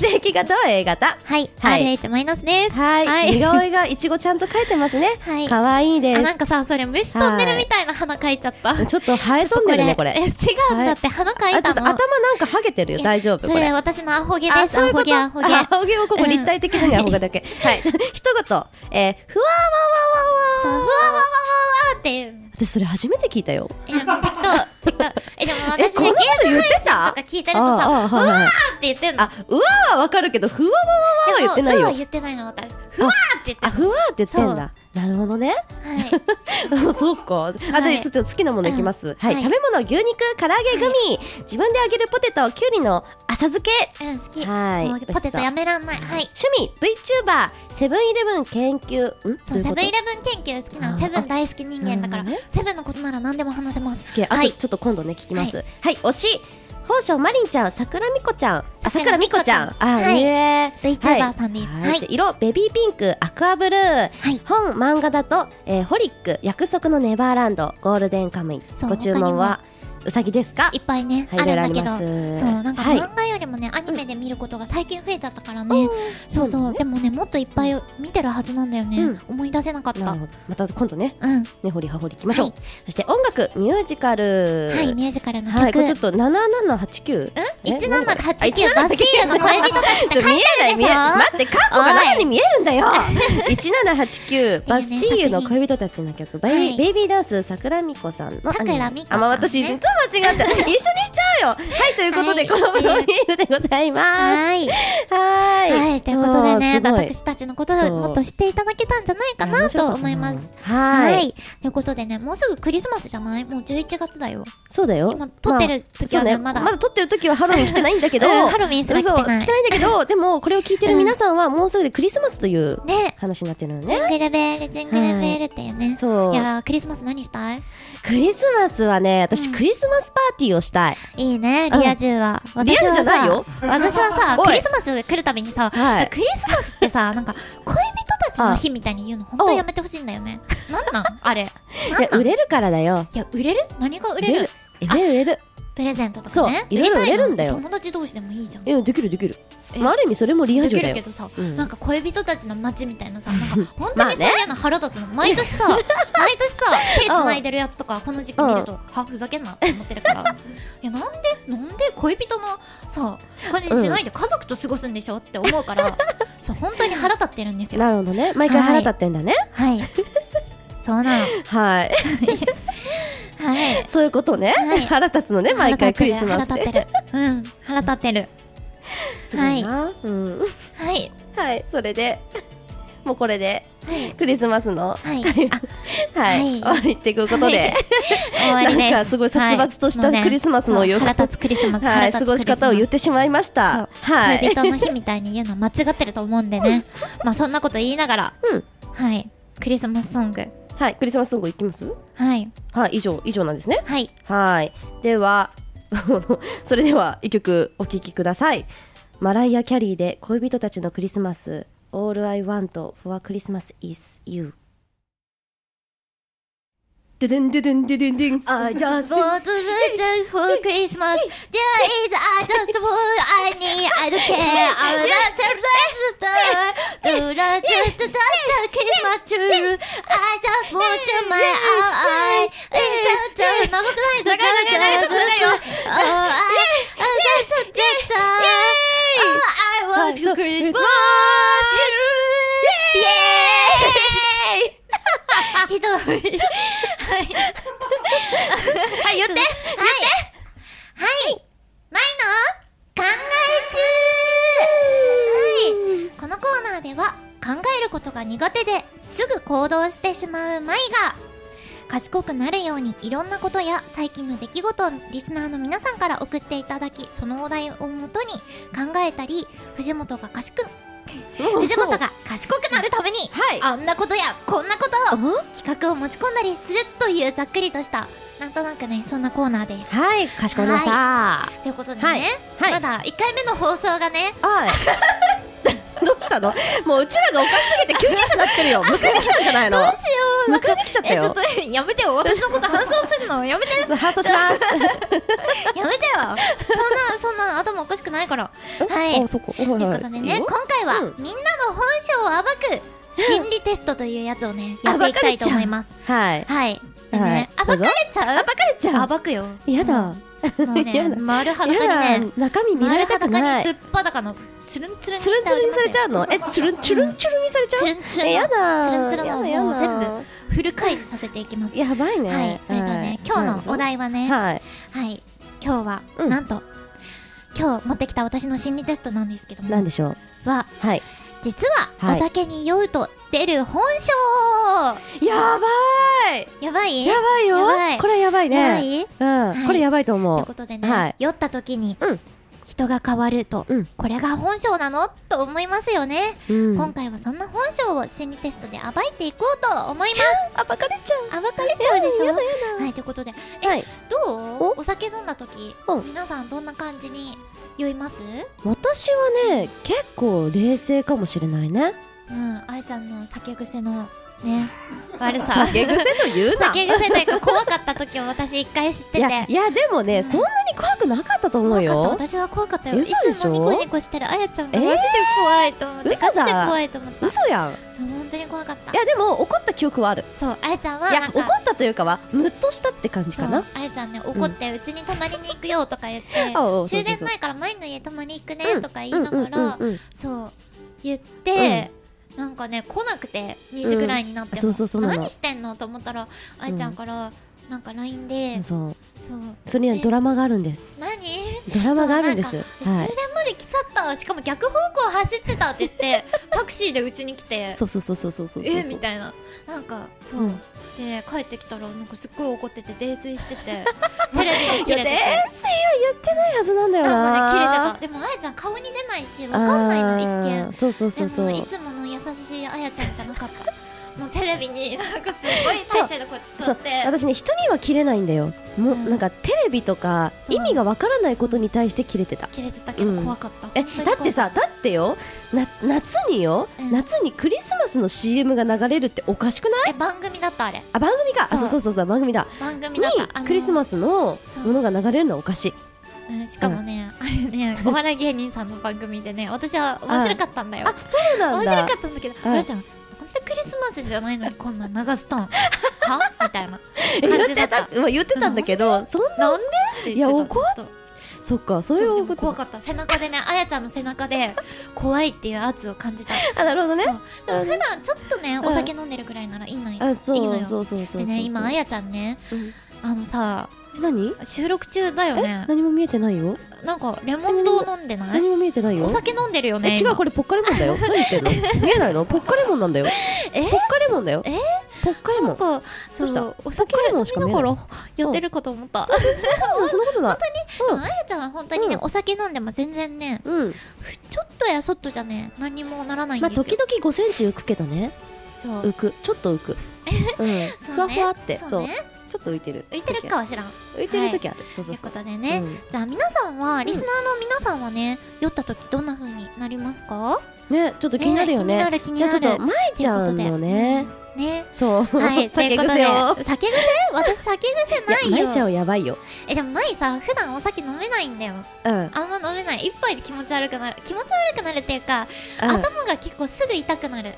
[SPEAKER 2] 血液型は A 型
[SPEAKER 3] はい、
[SPEAKER 2] はい
[SPEAKER 3] RH マイナスです。
[SPEAKER 2] はい、
[SPEAKER 3] はい
[SPEAKER 2] 似顔絵がいちごちゃんと描いてますね
[SPEAKER 3] はい
[SPEAKER 2] 可愛、い、で
[SPEAKER 3] あ、
[SPEAKER 2] す
[SPEAKER 3] なんかさ、それ虫飛んでるみたいな花書いちゃった。
[SPEAKER 2] ちょっと生え
[SPEAKER 3] ちょ
[SPEAKER 2] 飛ん
[SPEAKER 3] っと
[SPEAKER 2] でるねこれ
[SPEAKER 3] え、違うんだって、花書い
[SPEAKER 2] あちょ
[SPEAKER 3] た
[SPEAKER 2] っと
[SPEAKER 3] の
[SPEAKER 2] 頭。なんかハゲてるよ
[SPEAKER 3] いや
[SPEAKER 2] 大丈夫
[SPEAKER 3] そ
[SPEAKER 2] これ
[SPEAKER 3] れ私のアホ毛で
[SPEAKER 2] あ、
[SPEAKER 3] す。アホ毛、アホ毛。
[SPEAKER 2] あ青毛をここ立体的
[SPEAKER 3] *laughs*
[SPEAKER 2] に青毛だけ。はい。 *laughs* 一言、えー、ふわ
[SPEAKER 3] そ
[SPEAKER 2] わ
[SPEAKER 3] うふ
[SPEAKER 2] わわわ
[SPEAKER 3] わわわわわ
[SPEAKER 2] わ。
[SPEAKER 3] っていう。
[SPEAKER 2] 私それ初めて聞いたよ。
[SPEAKER 3] え、適当、適当。え、でも
[SPEAKER 2] え、
[SPEAKER 3] 私、
[SPEAKER 2] こんな
[SPEAKER 3] ゲ
[SPEAKER 2] こと言ってた
[SPEAKER 3] とか聞いてるとさ、う
[SPEAKER 2] あ
[SPEAKER 3] わ
[SPEAKER 2] あはいはい
[SPEAKER 3] ーって言ってんの。
[SPEAKER 2] あ、うわーはわかるけど、ふわわわわは言ってない
[SPEAKER 3] でもうわ
[SPEAKER 2] よ
[SPEAKER 3] ー。言ってないの私。ふわーって言って
[SPEAKER 2] あ、
[SPEAKER 3] んの。
[SPEAKER 2] ふわーって言ってんだ。なるほどね。 *laughs*
[SPEAKER 3] はい。
[SPEAKER 2] あそうか。あと
[SPEAKER 3] は
[SPEAKER 2] で
[SPEAKER 3] い
[SPEAKER 2] ちょっと好きなものいきます。はい。
[SPEAKER 3] はい
[SPEAKER 2] 食べ物、牛肉、唐揚げ、グミ、自分で揚げるポテト、きゅうりの浅漬け。
[SPEAKER 3] うん、好き。
[SPEAKER 2] はい
[SPEAKER 3] もうポテトやめらんない。はい。
[SPEAKER 2] 趣味、VTuber、セブンイレブン研究。ん
[SPEAKER 3] そう、セブンイレブン研究好きなの。セブ
[SPEAKER 2] あ
[SPEAKER 3] ン大好き人間だから
[SPEAKER 2] なるほどね、
[SPEAKER 3] セブンのことなら何でも話せます。
[SPEAKER 2] すげえ。あ
[SPEAKER 3] は
[SPEAKER 2] と
[SPEAKER 3] い
[SPEAKER 2] ちょっと今度ね、聞きます。はい、推し、本性まりんちゃん、桜みこちゃん、あ
[SPEAKER 3] 桜
[SPEAKER 2] 桜
[SPEAKER 3] み
[SPEAKER 2] み
[SPEAKER 3] こ
[SPEAKER 2] こ
[SPEAKER 3] ち
[SPEAKER 2] ち
[SPEAKER 3] ゃ
[SPEAKER 2] ゃ
[SPEAKER 3] ん
[SPEAKER 2] ん。あ、
[SPEAKER 3] はい
[SPEAKER 2] いえ
[SPEAKER 3] VTuber さんです。
[SPEAKER 2] はい
[SPEAKER 3] は
[SPEAKER 2] で
[SPEAKER 3] い。
[SPEAKER 2] 色、ベビーピンク、アクアブルー。
[SPEAKER 3] はい。
[SPEAKER 2] 本、漫画だと、えーホリック、約束のネバーランド、ゴールデンカムイ。
[SPEAKER 3] そう
[SPEAKER 2] ご注文は、うさぎですか
[SPEAKER 3] いっぱいね、
[SPEAKER 2] は
[SPEAKER 3] あ
[SPEAKER 2] い、
[SPEAKER 3] る
[SPEAKER 2] いろいろあ
[SPEAKER 3] ん
[SPEAKER 2] り
[SPEAKER 3] だけ
[SPEAKER 2] ま
[SPEAKER 3] ど。
[SPEAKER 2] す。
[SPEAKER 3] そう、なんか
[SPEAKER 2] はい
[SPEAKER 3] 漫画よりもね、アニメで見ることが最近増えちゃったからね。そう
[SPEAKER 2] そう
[SPEAKER 3] そう。
[SPEAKER 2] ね
[SPEAKER 3] でもね、もっといっぱい見てるはずなんだよ
[SPEAKER 2] う
[SPEAKER 3] ね
[SPEAKER 2] ん。
[SPEAKER 3] 思い出せなかっ
[SPEAKER 2] な
[SPEAKER 3] た
[SPEAKER 2] る。ほどまた今度ね、
[SPEAKER 3] うん。
[SPEAKER 2] ねほりはほりいきましょう、
[SPEAKER 3] はい
[SPEAKER 2] そして音楽ミュージカル
[SPEAKER 3] はい、ミュージカルの
[SPEAKER 2] はい、
[SPEAKER 3] 曲。
[SPEAKER 2] これちょ
[SPEAKER 3] う
[SPEAKER 2] っと7789ん
[SPEAKER 3] ん ?1789 バスティーユの恋人たち
[SPEAKER 2] ち
[SPEAKER 3] っ
[SPEAKER 2] ょ
[SPEAKER 3] て
[SPEAKER 2] っ
[SPEAKER 3] 書
[SPEAKER 2] と
[SPEAKER 3] い
[SPEAKER 2] 見
[SPEAKER 3] て
[SPEAKER 2] えない
[SPEAKER 3] るで
[SPEAKER 2] 見
[SPEAKER 3] し
[SPEAKER 2] え
[SPEAKER 3] ょ
[SPEAKER 2] ない待ってカッコが何に見えるんだ
[SPEAKER 3] *laughs*
[SPEAKER 2] よ1789バスティーユの恋人たちの曲、ベイ
[SPEAKER 3] はい
[SPEAKER 2] ベイビーダンス桜みこさんのアニメ
[SPEAKER 3] 桜みこさ
[SPEAKER 2] あ、
[SPEAKER 3] んね
[SPEAKER 2] まあ、私いつも間違っちゃう一緒にしちゃうよはいということで、
[SPEAKER 3] *laughs* はい
[SPEAKER 2] このプロフィールでございます
[SPEAKER 3] はい。
[SPEAKER 2] はーい
[SPEAKER 3] はい、ということでね、
[SPEAKER 2] うんすごい
[SPEAKER 3] 私たちのことを
[SPEAKER 2] そう
[SPEAKER 3] もっと知っていただけたんじゃないか
[SPEAKER 2] いや
[SPEAKER 3] な
[SPEAKER 2] 面白
[SPEAKER 3] と
[SPEAKER 2] かった
[SPEAKER 3] 思います。
[SPEAKER 2] は
[SPEAKER 3] はいい、ということでね、もうすぐクリスマスじゃないもう11月だよ。
[SPEAKER 2] そうだよ
[SPEAKER 3] 今、撮ってる時はね、まだ。
[SPEAKER 2] まだ撮ってる
[SPEAKER 3] *laughs*
[SPEAKER 2] 時はハロウィン来てないんだけど
[SPEAKER 3] うんハロウィンすら来てない
[SPEAKER 2] そう来てないんだけどでもこれを聞いてる皆さんはもうすぐでクリスマスという
[SPEAKER 3] ね、
[SPEAKER 2] 話になってるの
[SPEAKER 3] ジ
[SPEAKER 2] ね、
[SPEAKER 3] ングルベール、ジングルベールっていうね。
[SPEAKER 2] そう
[SPEAKER 3] いやー、クリスマス何したい
[SPEAKER 2] クリスマスはね私
[SPEAKER 3] うん
[SPEAKER 2] クリスマスパーティーをしたい、
[SPEAKER 3] いいね、リア充は。私は
[SPEAKER 2] リア充じ
[SPEAKER 3] さ
[SPEAKER 2] ゃないよ
[SPEAKER 3] 私はさ、
[SPEAKER 2] *laughs* おい
[SPEAKER 3] クリスマス来るたびにさ、
[SPEAKER 2] はい
[SPEAKER 3] クリスマスってさ、なんか、恋人たちの日みたいに言うの、本当やめてほしいんだよね。なんなんあれ。な
[SPEAKER 2] い
[SPEAKER 3] ん
[SPEAKER 2] や
[SPEAKER 3] なん
[SPEAKER 2] 売
[SPEAKER 3] い
[SPEAKER 2] れるからだよ
[SPEAKER 3] や、売れる何が売れる
[SPEAKER 2] 売れる売れる
[SPEAKER 3] プレゼントとかね
[SPEAKER 2] そういろいろ
[SPEAKER 3] たの
[SPEAKER 2] 売れるんだよ
[SPEAKER 3] 友達同士でもいいじゃん
[SPEAKER 2] いやできるできる
[SPEAKER 3] え
[SPEAKER 2] まあ、ある意味それもリア
[SPEAKER 3] で
[SPEAKER 2] 充
[SPEAKER 3] き
[SPEAKER 2] だ
[SPEAKER 3] る
[SPEAKER 2] よ
[SPEAKER 3] けどさ、
[SPEAKER 2] うん
[SPEAKER 3] なんか恋人たちの街みたいなさな
[SPEAKER 2] *laughs*
[SPEAKER 3] んか本当
[SPEAKER 2] まあ
[SPEAKER 3] に
[SPEAKER 2] ね
[SPEAKER 3] そういうの腹立つの、毎年
[SPEAKER 2] *laughs*
[SPEAKER 3] さ毎年さ手繋いでるやつとかこの時期見ると、はふざけんなって思って
[SPEAKER 2] *laughs*
[SPEAKER 3] るからいやなんでなんで恋人のさ感じにしないで家族と過ごすんでしょって思うから、
[SPEAKER 2] *laughs*
[SPEAKER 3] そう本当に腹立ってるんですよ
[SPEAKER 2] なるほどね毎回腹立ってんだね
[SPEAKER 3] はいそうなの
[SPEAKER 2] はい、
[SPEAKER 3] *laughs* はい
[SPEAKER 2] そういうことね、
[SPEAKER 3] はい
[SPEAKER 2] 腹立つのね毎回クリスマス
[SPEAKER 3] 腹
[SPEAKER 2] っ
[SPEAKER 3] 立って
[SPEAKER 2] て
[SPEAKER 3] る腹立ってるうん腹立ってる
[SPEAKER 2] すごいな、うん
[SPEAKER 3] はい
[SPEAKER 2] はい、それで、もうこれで、
[SPEAKER 3] はい
[SPEAKER 2] クリスマスの、
[SPEAKER 3] はい
[SPEAKER 2] *laughs* はい、はい
[SPEAKER 3] はい
[SPEAKER 2] 終わりっていうことで、
[SPEAKER 3] 終わりで
[SPEAKER 2] なんか
[SPEAKER 3] す
[SPEAKER 2] すごい殺伐としたクリスマスの
[SPEAKER 3] よ
[SPEAKER 2] 夜
[SPEAKER 3] 腹立つクリスマス、
[SPEAKER 2] はい、
[SPEAKER 3] 腹
[SPEAKER 2] 過
[SPEAKER 3] 立
[SPEAKER 2] ご
[SPEAKER 3] つ
[SPEAKER 2] し
[SPEAKER 3] クリスマ
[SPEAKER 2] 方
[SPEAKER 3] ス
[SPEAKER 2] を言ってしまいました。は
[SPEAKER 3] 恋
[SPEAKER 2] い。
[SPEAKER 3] 人の日みたいに言うの間違ってると思うんで *laughs* ねまあそんなこと言いながら、
[SPEAKER 2] うん
[SPEAKER 3] はいクリスマスソング
[SPEAKER 2] はい、クリスマスソングいきます
[SPEAKER 3] はい
[SPEAKER 2] はい、以上、以上なんですね。
[SPEAKER 3] はい
[SPEAKER 2] はい。では、 *laughs* それでは、一曲お聴きください。マライア・キャリーで恋人たちのクリスマス、All I Want for Christmas is You。ドゥドゥンドゥドゥンドゥドゥンドゥン。
[SPEAKER 3] I just want to do for Christmas *laughs* There is I just want I need I don't care I'm not the best star Do not do to touch Christmas true I just want to my own eye It's a turn 長くない
[SPEAKER 2] 長い長い長いちょっと長いよ
[SPEAKER 3] Oh, I, I just want to Oh, I want to Christmas you. Yay! ひどい。はい。言って、言って。はい。前の考え中はい。このコーナーでは考えることが苦手ですぐ行動してしまう舞が賢くなるようにいろんなことや最近の出来事をリスナーの皆さんから送っていただきそのお題をもとに考えたり藤本が賢く藤本が賢くなるために、
[SPEAKER 2] はい
[SPEAKER 3] あんなことやこんなことを
[SPEAKER 2] ん
[SPEAKER 3] 企画を持ち込んだりするというざっくりとしたなんとなくねそんなコーナーです。
[SPEAKER 2] はい、かしこまりました。は
[SPEAKER 3] ということでね、
[SPEAKER 2] はいはい
[SPEAKER 3] まだ1回目の放送がね
[SPEAKER 2] い。 *laughs* どうしたのもううちらがおかしすぎて救急車なってるよ。迎えに来たんじゃないの
[SPEAKER 3] どうしよう
[SPEAKER 2] 迎えに来ちゃった
[SPEAKER 3] えちょっ
[SPEAKER 2] よ。
[SPEAKER 3] とやめてよ私のこと搬送するのやめ
[SPEAKER 2] *laughs*
[SPEAKER 3] て
[SPEAKER 2] ハートします。
[SPEAKER 3] やめてよそんなそんな頭おかしくないからはい
[SPEAKER 2] あ、そこ。とい
[SPEAKER 3] ということでね、今回は、
[SPEAKER 2] うん
[SPEAKER 3] みんなの本性を暴く心理テストというやつをね、やっていきたいと思います。
[SPEAKER 2] はい。
[SPEAKER 3] はい。で
[SPEAKER 2] は
[SPEAKER 3] ね
[SPEAKER 2] い、
[SPEAKER 3] 暴かれちゃ
[SPEAKER 2] 暴
[SPEAKER 3] う
[SPEAKER 2] かれちゃう。
[SPEAKER 3] 暴くよ。
[SPEAKER 2] やだ。
[SPEAKER 3] うん。もう
[SPEAKER 2] *laughs*
[SPEAKER 3] ね
[SPEAKER 2] や、だ
[SPEAKER 3] 丸裸
[SPEAKER 2] や
[SPEAKER 3] にね、
[SPEAKER 2] だ。中身見ら
[SPEAKER 3] 丸
[SPEAKER 2] れたく
[SPEAKER 3] 裸
[SPEAKER 2] な
[SPEAKER 3] にす
[SPEAKER 2] い
[SPEAKER 3] っ。ぱだかの、つるんつるん
[SPEAKER 2] つるんつるにされちゃうのえ、つるん、つるん、つるにされちゃう
[SPEAKER 3] つるんつるん
[SPEAKER 2] え、やだ。
[SPEAKER 3] つるんつるの
[SPEAKER 2] やだ
[SPEAKER 3] もう全部。フル開示させていきます。は
[SPEAKER 2] やばいね。
[SPEAKER 3] い。それではね、今日のお題はね、
[SPEAKER 2] はい。
[SPEAKER 3] はい。今日は、
[SPEAKER 2] うん
[SPEAKER 3] なんと、今日持ってきた私の心理テストなんですけども、
[SPEAKER 2] なんでしょう。
[SPEAKER 3] は、
[SPEAKER 2] はい。
[SPEAKER 3] 実は
[SPEAKER 2] はい
[SPEAKER 3] お酒に酔うと出る本性
[SPEAKER 2] やばい
[SPEAKER 3] やばい
[SPEAKER 2] やばいよ
[SPEAKER 3] やばい
[SPEAKER 2] これやばいね
[SPEAKER 3] やばい
[SPEAKER 2] うん、
[SPEAKER 3] はい
[SPEAKER 2] これやばいと
[SPEAKER 3] と
[SPEAKER 2] 思
[SPEAKER 3] いう
[SPEAKER 2] う
[SPEAKER 3] ことでね、
[SPEAKER 2] はい
[SPEAKER 3] 酔った時に
[SPEAKER 2] うん
[SPEAKER 3] 人が変わると、
[SPEAKER 2] うん
[SPEAKER 3] これが本性なのと思いますよね、
[SPEAKER 2] うん
[SPEAKER 3] 今回はそんな本性を心理テストで暴いていこうと思います
[SPEAKER 2] あばかれちゃう
[SPEAKER 3] 暴かれちゃうでしょ
[SPEAKER 2] やだ
[SPEAKER 3] はいということでえ、
[SPEAKER 2] はい
[SPEAKER 3] どう
[SPEAKER 2] お
[SPEAKER 3] お酒飲んだ時、
[SPEAKER 2] うん
[SPEAKER 3] 皆さんどんな感じに酔います
[SPEAKER 2] 私はね結構冷静かもしれないね
[SPEAKER 3] うんあやちゃんの酒癖のね
[SPEAKER 2] *laughs*
[SPEAKER 3] 悪さ
[SPEAKER 2] 酒癖と言うな
[SPEAKER 3] 酒癖というか怖かった時を私一回知ってて
[SPEAKER 2] いやいやでもね、
[SPEAKER 3] うん
[SPEAKER 2] そんなに怖くなかったと思
[SPEAKER 3] 怖
[SPEAKER 2] う
[SPEAKER 3] かった
[SPEAKER 2] よ
[SPEAKER 3] 私は怖かったよい
[SPEAKER 2] 嘘でしょ
[SPEAKER 3] つもニコニコしてるあやちゃんが
[SPEAKER 2] えー
[SPEAKER 3] マジで怖いと思って、
[SPEAKER 2] 嘘
[SPEAKER 3] マジ
[SPEAKER 2] だ
[SPEAKER 3] で怖いと思った
[SPEAKER 2] 嘘やん
[SPEAKER 3] そう本当に怖かった
[SPEAKER 2] いやでも怒った記憶はある
[SPEAKER 3] そうあやちゃんはい
[SPEAKER 2] や
[SPEAKER 3] なん
[SPEAKER 2] 怒
[SPEAKER 3] か
[SPEAKER 2] ったというかはムッとしたって感じ
[SPEAKER 3] そ
[SPEAKER 2] か
[SPEAKER 3] う
[SPEAKER 2] な
[SPEAKER 3] あやちゃんね怒ってうちに泊まりに行くよとか言って
[SPEAKER 2] あおうそうそうそう
[SPEAKER 3] 終電前から前の家泊まり行くね
[SPEAKER 2] うん
[SPEAKER 3] とか言いながら、
[SPEAKER 2] うんうんうん
[SPEAKER 3] そう言って、なんかね来なくて2時ぐらいになっても、
[SPEAKER 2] うんそうそうそうなの
[SPEAKER 3] 何してんのと思ったらあいちゃんからなんか LINE で、
[SPEAKER 2] うんそう
[SPEAKER 3] そう
[SPEAKER 2] それにはドラマがあるんです
[SPEAKER 3] 何
[SPEAKER 2] ドラマがあるんです
[SPEAKER 3] そう
[SPEAKER 2] は
[SPEAKER 3] 終
[SPEAKER 2] い
[SPEAKER 3] 電まで来ちゃったしかも逆方向走ってたって言って
[SPEAKER 2] *laughs*
[SPEAKER 3] タクシーでうちに来て
[SPEAKER 2] そうそうそうそうそうそう
[SPEAKER 3] えみたいななんかそう、
[SPEAKER 2] うん
[SPEAKER 3] で帰ってきたらなんかすっごい怒ってて泥
[SPEAKER 2] *laughs*
[SPEAKER 3] 酔しててテレビで
[SPEAKER 2] い
[SPEAKER 3] 切
[SPEAKER 2] や泥酔は
[SPEAKER 3] れてて
[SPEAKER 2] 言ってないはずなんだよ
[SPEAKER 3] あもうね
[SPEAKER 2] な
[SPEAKER 3] 切れてたでもあやちゃん顔に出ないしわかんないの一見
[SPEAKER 2] あーそうそう
[SPEAKER 3] で
[SPEAKER 2] そうそ
[SPEAKER 3] も
[SPEAKER 2] う
[SPEAKER 3] いつもの優しいあやちゃんじゃなかった
[SPEAKER 2] *laughs*
[SPEAKER 3] もうテレビになんかすごい体勢でこうやって座
[SPEAKER 2] そ
[SPEAKER 3] っ
[SPEAKER 2] う
[SPEAKER 3] て
[SPEAKER 2] 私ね人には切れないんだよもう
[SPEAKER 3] うん
[SPEAKER 2] なんかテレビとか
[SPEAKER 3] そう
[SPEAKER 2] 意味がわからないことに対して切れてた
[SPEAKER 3] 切れてたけど怖かった、
[SPEAKER 2] え
[SPEAKER 3] 本当に怖
[SPEAKER 2] だ
[SPEAKER 3] か
[SPEAKER 2] ってさだってよな夏によ、
[SPEAKER 3] うん
[SPEAKER 2] 夏にクリスマスの CM が流れるっておかしくない
[SPEAKER 3] え番組だったあれ
[SPEAKER 2] あ番組か
[SPEAKER 3] そう
[SPEAKER 2] あそうそうそうそう番組だ
[SPEAKER 3] 番組
[SPEAKER 2] に
[SPEAKER 3] だったあの
[SPEAKER 2] クリスマ
[SPEAKER 3] ス、
[SPEAKER 2] スの
[SPEAKER 3] そう
[SPEAKER 2] ものが流れるのはおかしい
[SPEAKER 3] うんしかもね、あれねお笑い芸人さんの番組でね私は面白かったんだよ
[SPEAKER 2] あそうな
[SPEAKER 3] 面
[SPEAKER 2] んだ
[SPEAKER 3] 白かったんだけど、
[SPEAKER 2] うん
[SPEAKER 3] あやちゃんこんなクリスマスじゃないのにこんなん流すとんはみたいな
[SPEAKER 2] え
[SPEAKER 3] 感
[SPEAKER 2] 言
[SPEAKER 3] じ
[SPEAKER 2] っ
[SPEAKER 3] だってた
[SPEAKER 2] たまあ言ってたんだけどそん
[SPEAKER 3] なんでって言ってた
[SPEAKER 2] いや怒っ
[SPEAKER 3] ずっと
[SPEAKER 2] そっかそ
[SPEAKER 3] そうう
[SPEAKER 2] い
[SPEAKER 3] で
[SPEAKER 2] う
[SPEAKER 3] も
[SPEAKER 2] こ
[SPEAKER 3] 怖
[SPEAKER 2] と
[SPEAKER 3] かった背中でねあやちゃんの背中で怖いっていう圧を感じた
[SPEAKER 2] あなるほどね
[SPEAKER 3] そうでも普段ちょっとね、
[SPEAKER 2] うん
[SPEAKER 3] お酒飲んでるぐらいならいいのよ。
[SPEAKER 2] あそう
[SPEAKER 3] いいのよ
[SPEAKER 2] そうそうそうそう
[SPEAKER 3] でね、今、あやちゃんね、
[SPEAKER 2] うん
[SPEAKER 3] あのさ、
[SPEAKER 2] え何
[SPEAKER 3] 収録中だよね。
[SPEAKER 2] 何も見えてないよ
[SPEAKER 3] なんか、レモン糖飲んでない
[SPEAKER 2] 何も見えてないよ
[SPEAKER 3] お酒飲んでるよ
[SPEAKER 2] え
[SPEAKER 3] ね。
[SPEAKER 2] 違うこれポッカレモン
[SPEAKER 3] *laughs*
[SPEAKER 2] だよ何言ってんの見えないのポッカレモンなんだよ
[SPEAKER 3] え
[SPEAKER 2] ポッカレモンだよ
[SPEAKER 3] え
[SPEAKER 2] ポッカレ
[SPEAKER 3] れ
[SPEAKER 2] モ
[SPEAKER 3] な
[SPEAKER 2] ン
[SPEAKER 3] んか、そ
[SPEAKER 2] どう
[SPEAKER 3] う、お酒
[SPEAKER 2] ポッカレ
[SPEAKER 3] 飲
[SPEAKER 2] モンしか
[SPEAKER 3] み
[SPEAKER 2] 見え
[SPEAKER 3] な
[SPEAKER 2] な
[SPEAKER 3] が
[SPEAKER 2] い
[SPEAKER 3] らやってるかと思った。
[SPEAKER 2] うんそんなことない
[SPEAKER 3] でもあやちゃんは本当にね、お酒飲んでも全然ね、
[SPEAKER 2] うん
[SPEAKER 3] ふちょっとやそっとじゃね、何にもならないん
[SPEAKER 2] ま
[SPEAKER 3] で
[SPEAKER 2] あ
[SPEAKER 3] すよ
[SPEAKER 2] 時。々5センチ浮くけどね
[SPEAKER 3] そう
[SPEAKER 2] 浮くちょっと浮くうん
[SPEAKER 3] そ
[SPEAKER 2] ふ
[SPEAKER 3] う
[SPEAKER 2] わ
[SPEAKER 3] ね
[SPEAKER 2] ふわって
[SPEAKER 3] そ
[SPEAKER 2] そうう
[SPEAKER 3] ね。
[SPEAKER 2] ちょっと浮いてる
[SPEAKER 3] 浮いてるかは知らん。
[SPEAKER 2] 浮いてる時あるそうそ
[SPEAKER 3] というう
[SPEAKER 2] そ
[SPEAKER 3] こ
[SPEAKER 2] う
[SPEAKER 3] とでね
[SPEAKER 2] う、ん
[SPEAKER 3] じゃあ皆さんは、リスナーの皆さんはね、酔った時どんな風になりますか
[SPEAKER 2] ねちょっと気になるよ
[SPEAKER 3] 気に
[SPEAKER 2] ね
[SPEAKER 3] なる気に
[SPEAKER 2] じゃあ
[SPEAKER 3] な
[SPEAKER 2] ちょ
[SPEAKER 3] る
[SPEAKER 2] っとまいちゃんのね
[SPEAKER 3] うん
[SPEAKER 2] *laughs*
[SPEAKER 3] ね
[SPEAKER 2] そう
[SPEAKER 3] はい、とい
[SPEAKER 2] 酒
[SPEAKER 3] うこと
[SPEAKER 2] 癖
[SPEAKER 3] で
[SPEAKER 2] を
[SPEAKER 3] 酒癖 *laughs* 私酒癖ない
[SPEAKER 2] いや
[SPEAKER 3] よ
[SPEAKER 2] まいちゃんはやばいよ
[SPEAKER 3] えでもまいさ普段お酒飲めないんだよ
[SPEAKER 2] うんうん
[SPEAKER 3] あんま飲めない一杯で気持ち悪くなる気持ち悪くなるっていうか、頭が結構すぐ痛くなる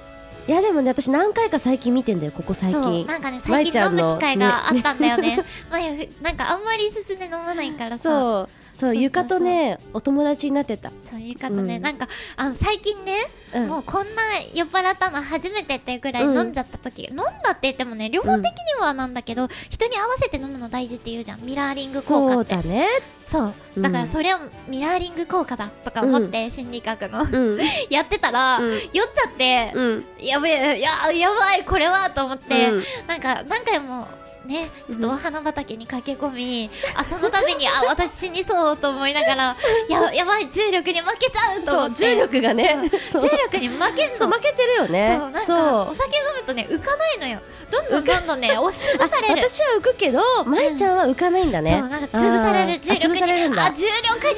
[SPEAKER 2] いやでもね私何回か最近見てんだよここ最
[SPEAKER 3] そう
[SPEAKER 2] 近
[SPEAKER 3] なんかね
[SPEAKER 2] ま
[SPEAKER 3] 最
[SPEAKER 2] いち
[SPEAKER 3] 近
[SPEAKER 2] ゃ
[SPEAKER 3] 飲
[SPEAKER 2] ん
[SPEAKER 3] む
[SPEAKER 2] の
[SPEAKER 3] 機会があったんだよ
[SPEAKER 2] *laughs*
[SPEAKER 3] ね *laughs* まいふなんかあんまり進んで飲まないからさそう
[SPEAKER 2] そうそ
[SPEAKER 3] そうそうそう
[SPEAKER 2] う床とねお友達になってた
[SPEAKER 3] いう方ね、
[SPEAKER 2] うん
[SPEAKER 3] なんかあの最近ね、
[SPEAKER 2] うん
[SPEAKER 3] もうこんな酔っ払ったの初めてっていうぐらい飲んじゃった時、飲んだって言ってもね両方的にはなんだけど、人に合わせて飲むの大事って言うじゃんミラーリング効果
[SPEAKER 2] そ
[SPEAKER 3] っ
[SPEAKER 2] う
[SPEAKER 3] て
[SPEAKER 2] だね
[SPEAKER 3] そう
[SPEAKER 2] うん
[SPEAKER 3] だからそれをミラーリング効果だとか思って心理学
[SPEAKER 2] う
[SPEAKER 3] の、
[SPEAKER 2] ん
[SPEAKER 3] *laughs* やってたら、酔っちゃって、
[SPEAKER 2] うん
[SPEAKER 3] やべえややばいこれはと思って、
[SPEAKER 2] うん
[SPEAKER 3] なんか何回もねちょっとお花畑に駆け込み、 *laughs* あそのた
[SPEAKER 2] *laughs*
[SPEAKER 3] めにあ私死にそうと思いながらややばい重力に負けちゃうと
[SPEAKER 2] そ
[SPEAKER 3] 思っ
[SPEAKER 2] う
[SPEAKER 3] て
[SPEAKER 2] 重力がね
[SPEAKER 3] 重
[SPEAKER 2] *laughs* そう
[SPEAKER 3] 力に負けんの
[SPEAKER 2] そう負けてるよね
[SPEAKER 3] そうなんかお
[SPEAKER 2] そう
[SPEAKER 3] 酒飲むとね浮かないのよどんどんどんどん
[SPEAKER 2] *laughs*
[SPEAKER 3] ね押しつぶされる
[SPEAKER 2] 私は浮くけどまいちゃんは浮かないんだね
[SPEAKER 3] そうなんか潰される
[SPEAKER 2] あ
[SPEAKER 3] 重力
[SPEAKER 2] ーあ潰されるん
[SPEAKER 3] に
[SPEAKER 2] だ
[SPEAKER 3] あ重力に潰される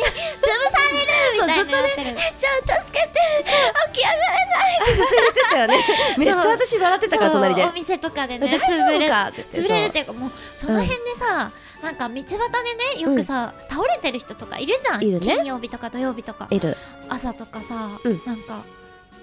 [SPEAKER 3] みたいになってる
[SPEAKER 2] ちゃん助けて起き上がれないって言ってたよねめっちゃ私笑ってたから隣で
[SPEAKER 3] そうお店とかでね
[SPEAKER 2] 大丈
[SPEAKER 3] 潰
[SPEAKER 2] 夫
[SPEAKER 3] れ
[SPEAKER 2] かって言って
[SPEAKER 3] 潰れるっていうかもうその辺でさ、なんか道端でねよくさ、倒れてる人とかいるじゃん
[SPEAKER 2] いるね
[SPEAKER 3] 金曜日とか土曜日とか
[SPEAKER 2] いる
[SPEAKER 3] 朝とかさ、
[SPEAKER 2] うん
[SPEAKER 3] なんか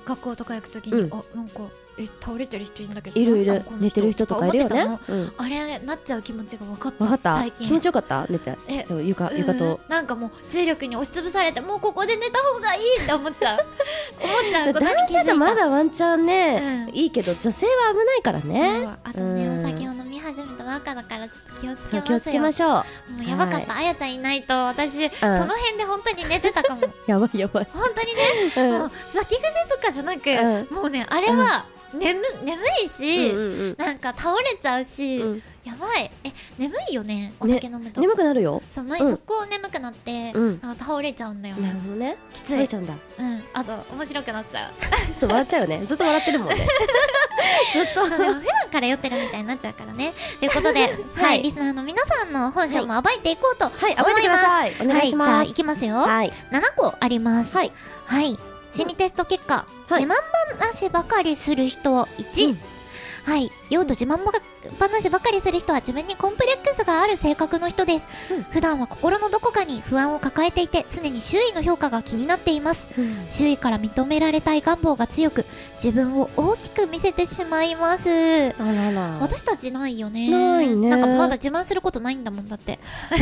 [SPEAKER 3] 学校とか行くときに、
[SPEAKER 2] うん
[SPEAKER 3] あなんかえ倒れてる人いるんだけど
[SPEAKER 2] いるい
[SPEAKER 3] なん
[SPEAKER 2] る
[SPEAKER 3] だこの
[SPEAKER 2] 寝てる人とかいるよ
[SPEAKER 3] 思っ
[SPEAKER 2] ね
[SPEAKER 3] て
[SPEAKER 2] うん
[SPEAKER 3] たのあれなっちゃう気持ちが分かった
[SPEAKER 2] わかった
[SPEAKER 3] 最近
[SPEAKER 2] 気持ちよかった寝て
[SPEAKER 3] え
[SPEAKER 2] でも床床
[SPEAKER 3] うん
[SPEAKER 2] と
[SPEAKER 3] なんかもう重力に押しつぶされてもうここで寝た方がいいって思っ
[SPEAKER 2] *laughs*
[SPEAKER 3] ちゃう思っちゃうことに
[SPEAKER 2] 男
[SPEAKER 3] 気づ
[SPEAKER 2] 性
[SPEAKER 3] いた
[SPEAKER 2] がまだワンチャンね
[SPEAKER 3] うん
[SPEAKER 2] いいけど女性は危ないからね
[SPEAKER 3] そうあとね、
[SPEAKER 2] うん
[SPEAKER 3] お酒を飲み始めたばの赤だからちょっと気をつけ
[SPEAKER 2] そう
[SPEAKER 3] ます
[SPEAKER 2] 気
[SPEAKER 3] よ
[SPEAKER 2] をつけましょう
[SPEAKER 3] もうやばかった、あやちゃんいないと私、その辺で本当に寝てた
[SPEAKER 2] *laughs*
[SPEAKER 3] かも
[SPEAKER 2] やばいやばい、
[SPEAKER 3] 本当にね
[SPEAKER 2] うん
[SPEAKER 3] もう先癖とかじゃなく、
[SPEAKER 2] う
[SPEAKER 3] もうねあれは眠,、眠いし、
[SPEAKER 2] うんうん
[SPEAKER 3] なんか倒れちゃうし、
[SPEAKER 2] うんうん
[SPEAKER 3] やばいえ眠いよねお酒飲むと、
[SPEAKER 2] 眠くなるよ
[SPEAKER 3] そう毎
[SPEAKER 2] うん
[SPEAKER 3] 速攻眠くなって、
[SPEAKER 2] うん
[SPEAKER 3] あの倒れちゃうんだよ、
[SPEAKER 2] なるほどね
[SPEAKER 3] きつ
[SPEAKER 2] 食
[SPEAKER 3] い
[SPEAKER 2] べちゃうんだ
[SPEAKER 3] うん、あと面白くなっちゃう
[SPEAKER 2] そう笑っちゃうよねずっと笑ってるもん
[SPEAKER 3] *laughs*
[SPEAKER 2] ねずっと
[SPEAKER 3] そうでも普段から酔ってるみたいになっちゃうか
[SPEAKER 2] *laughs*
[SPEAKER 3] らねということで、はい
[SPEAKER 2] はい
[SPEAKER 3] リスナーの皆さんの本性も暴いていこうと思います、
[SPEAKER 2] はい暴いてくださいお願いし
[SPEAKER 3] はい、
[SPEAKER 2] ま
[SPEAKER 3] じゃあい
[SPEAKER 2] す
[SPEAKER 3] きますよ、
[SPEAKER 2] はい
[SPEAKER 3] 7個あります
[SPEAKER 2] はい
[SPEAKER 3] はい心理テスト結果、
[SPEAKER 2] はい
[SPEAKER 3] 自慢話ばかりする人1、
[SPEAKER 2] うん
[SPEAKER 3] はい用途自慢話ばかりする人は自分にコンプレックスがある性格の人です、
[SPEAKER 2] うん
[SPEAKER 3] 普段は心のどこかに不安を抱えていて常に周囲の評価が気になっています
[SPEAKER 2] うん
[SPEAKER 3] 周囲から認められたい願望が強く自分を大きく見せてしまいます
[SPEAKER 2] あらら
[SPEAKER 3] 私たちないよね
[SPEAKER 2] ないね
[SPEAKER 3] んかまだ自慢することないんだもんだって
[SPEAKER 2] *laughs*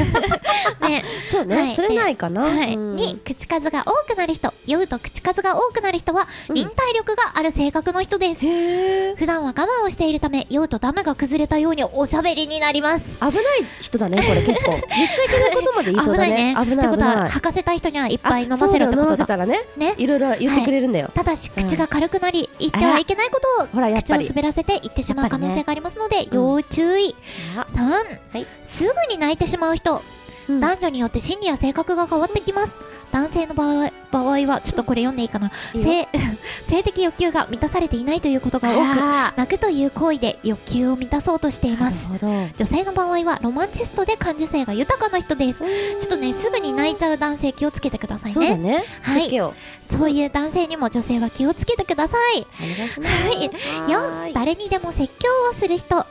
[SPEAKER 3] ね
[SPEAKER 2] そうね、
[SPEAKER 3] はい
[SPEAKER 2] それないかな、
[SPEAKER 3] はい、
[SPEAKER 2] うん
[SPEAKER 3] に口数が多くなる人酔うと口数が多くなる人は
[SPEAKER 2] うん
[SPEAKER 3] 忍耐力がある性格の人です、
[SPEAKER 2] へえ
[SPEAKER 3] 普段は我慢をしているため酔うとダムが崩れたようにおしゃべりになります
[SPEAKER 2] 危ない人だねこれ
[SPEAKER 3] *laughs*
[SPEAKER 2] 結構言っちゃいけないことまで言いそうだね危
[SPEAKER 3] 危ないね
[SPEAKER 2] ない
[SPEAKER 3] ってこ
[SPEAKER 2] 危
[SPEAKER 3] とは
[SPEAKER 2] ない
[SPEAKER 3] 吐かせたい人にはいっぱ
[SPEAKER 2] あ
[SPEAKER 3] い飲ませろっ
[SPEAKER 2] そうだよ
[SPEAKER 3] てこと
[SPEAKER 2] 飲ませ
[SPEAKER 3] だ
[SPEAKER 2] たらね
[SPEAKER 3] ね
[SPEAKER 2] いろいろ言ってくれるんだよ、
[SPEAKER 3] ただし
[SPEAKER 2] うん
[SPEAKER 3] 口が軽くなり、言ってはいけないことを
[SPEAKER 2] ほらやっ
[SPEAKER 3] 口
[SPEAKER 2] ぱ
[SPEAKER 3] を
[SPEAKER 2] り
[SPEAKER 3] 滑らせて言ってしまう可能性がありますので、要注意、
[SPEAKER 2] あ
[SPEAKER 3] 3、
[SPEAKER 2] はい
[SPEAKER 3] すぐに泣いてしまう人、
[SPEAKER 2] うん
[SPEAKER 3] 男女によって心理や性格が変わってきます男性の場合場合はちょっとこれ読んでいいかな、
[SPEAKER 2] いいよ
[SPEAKER 3] 性 *laughs* 性的欲求が満たされていないということが多く
[SPEAKER 2] あ
[SPEAKER 3] 泣くという行為で欲求を満たそうとしてい
[SPEAKER 2] ーな
[SPEAKER 3] ま
[SPEAKER 2] る
[SPEAKER 3] す
[SPEAKER 2] ほど
[SPEAKER 3] 女性の場合はロマンチストで感受性が豊かな人ですちょっとねすぐに泣いちゃう男性気をつけてください
[SPEAKER 2] そうだ
[SPEAKER 3] ね
[SPEAKER 2] ね
[SPEAKER 3] はい
[SPEAKER 2] 気をつけよ
[SPEAKER 3] そういう男性にも女性は気をつけてください
[SPEAKER 2] お願いしま
[SPEAKER 3] はい
[SPEAKER 2] す
[SPEAKER 3] 4誰にでも説教をする人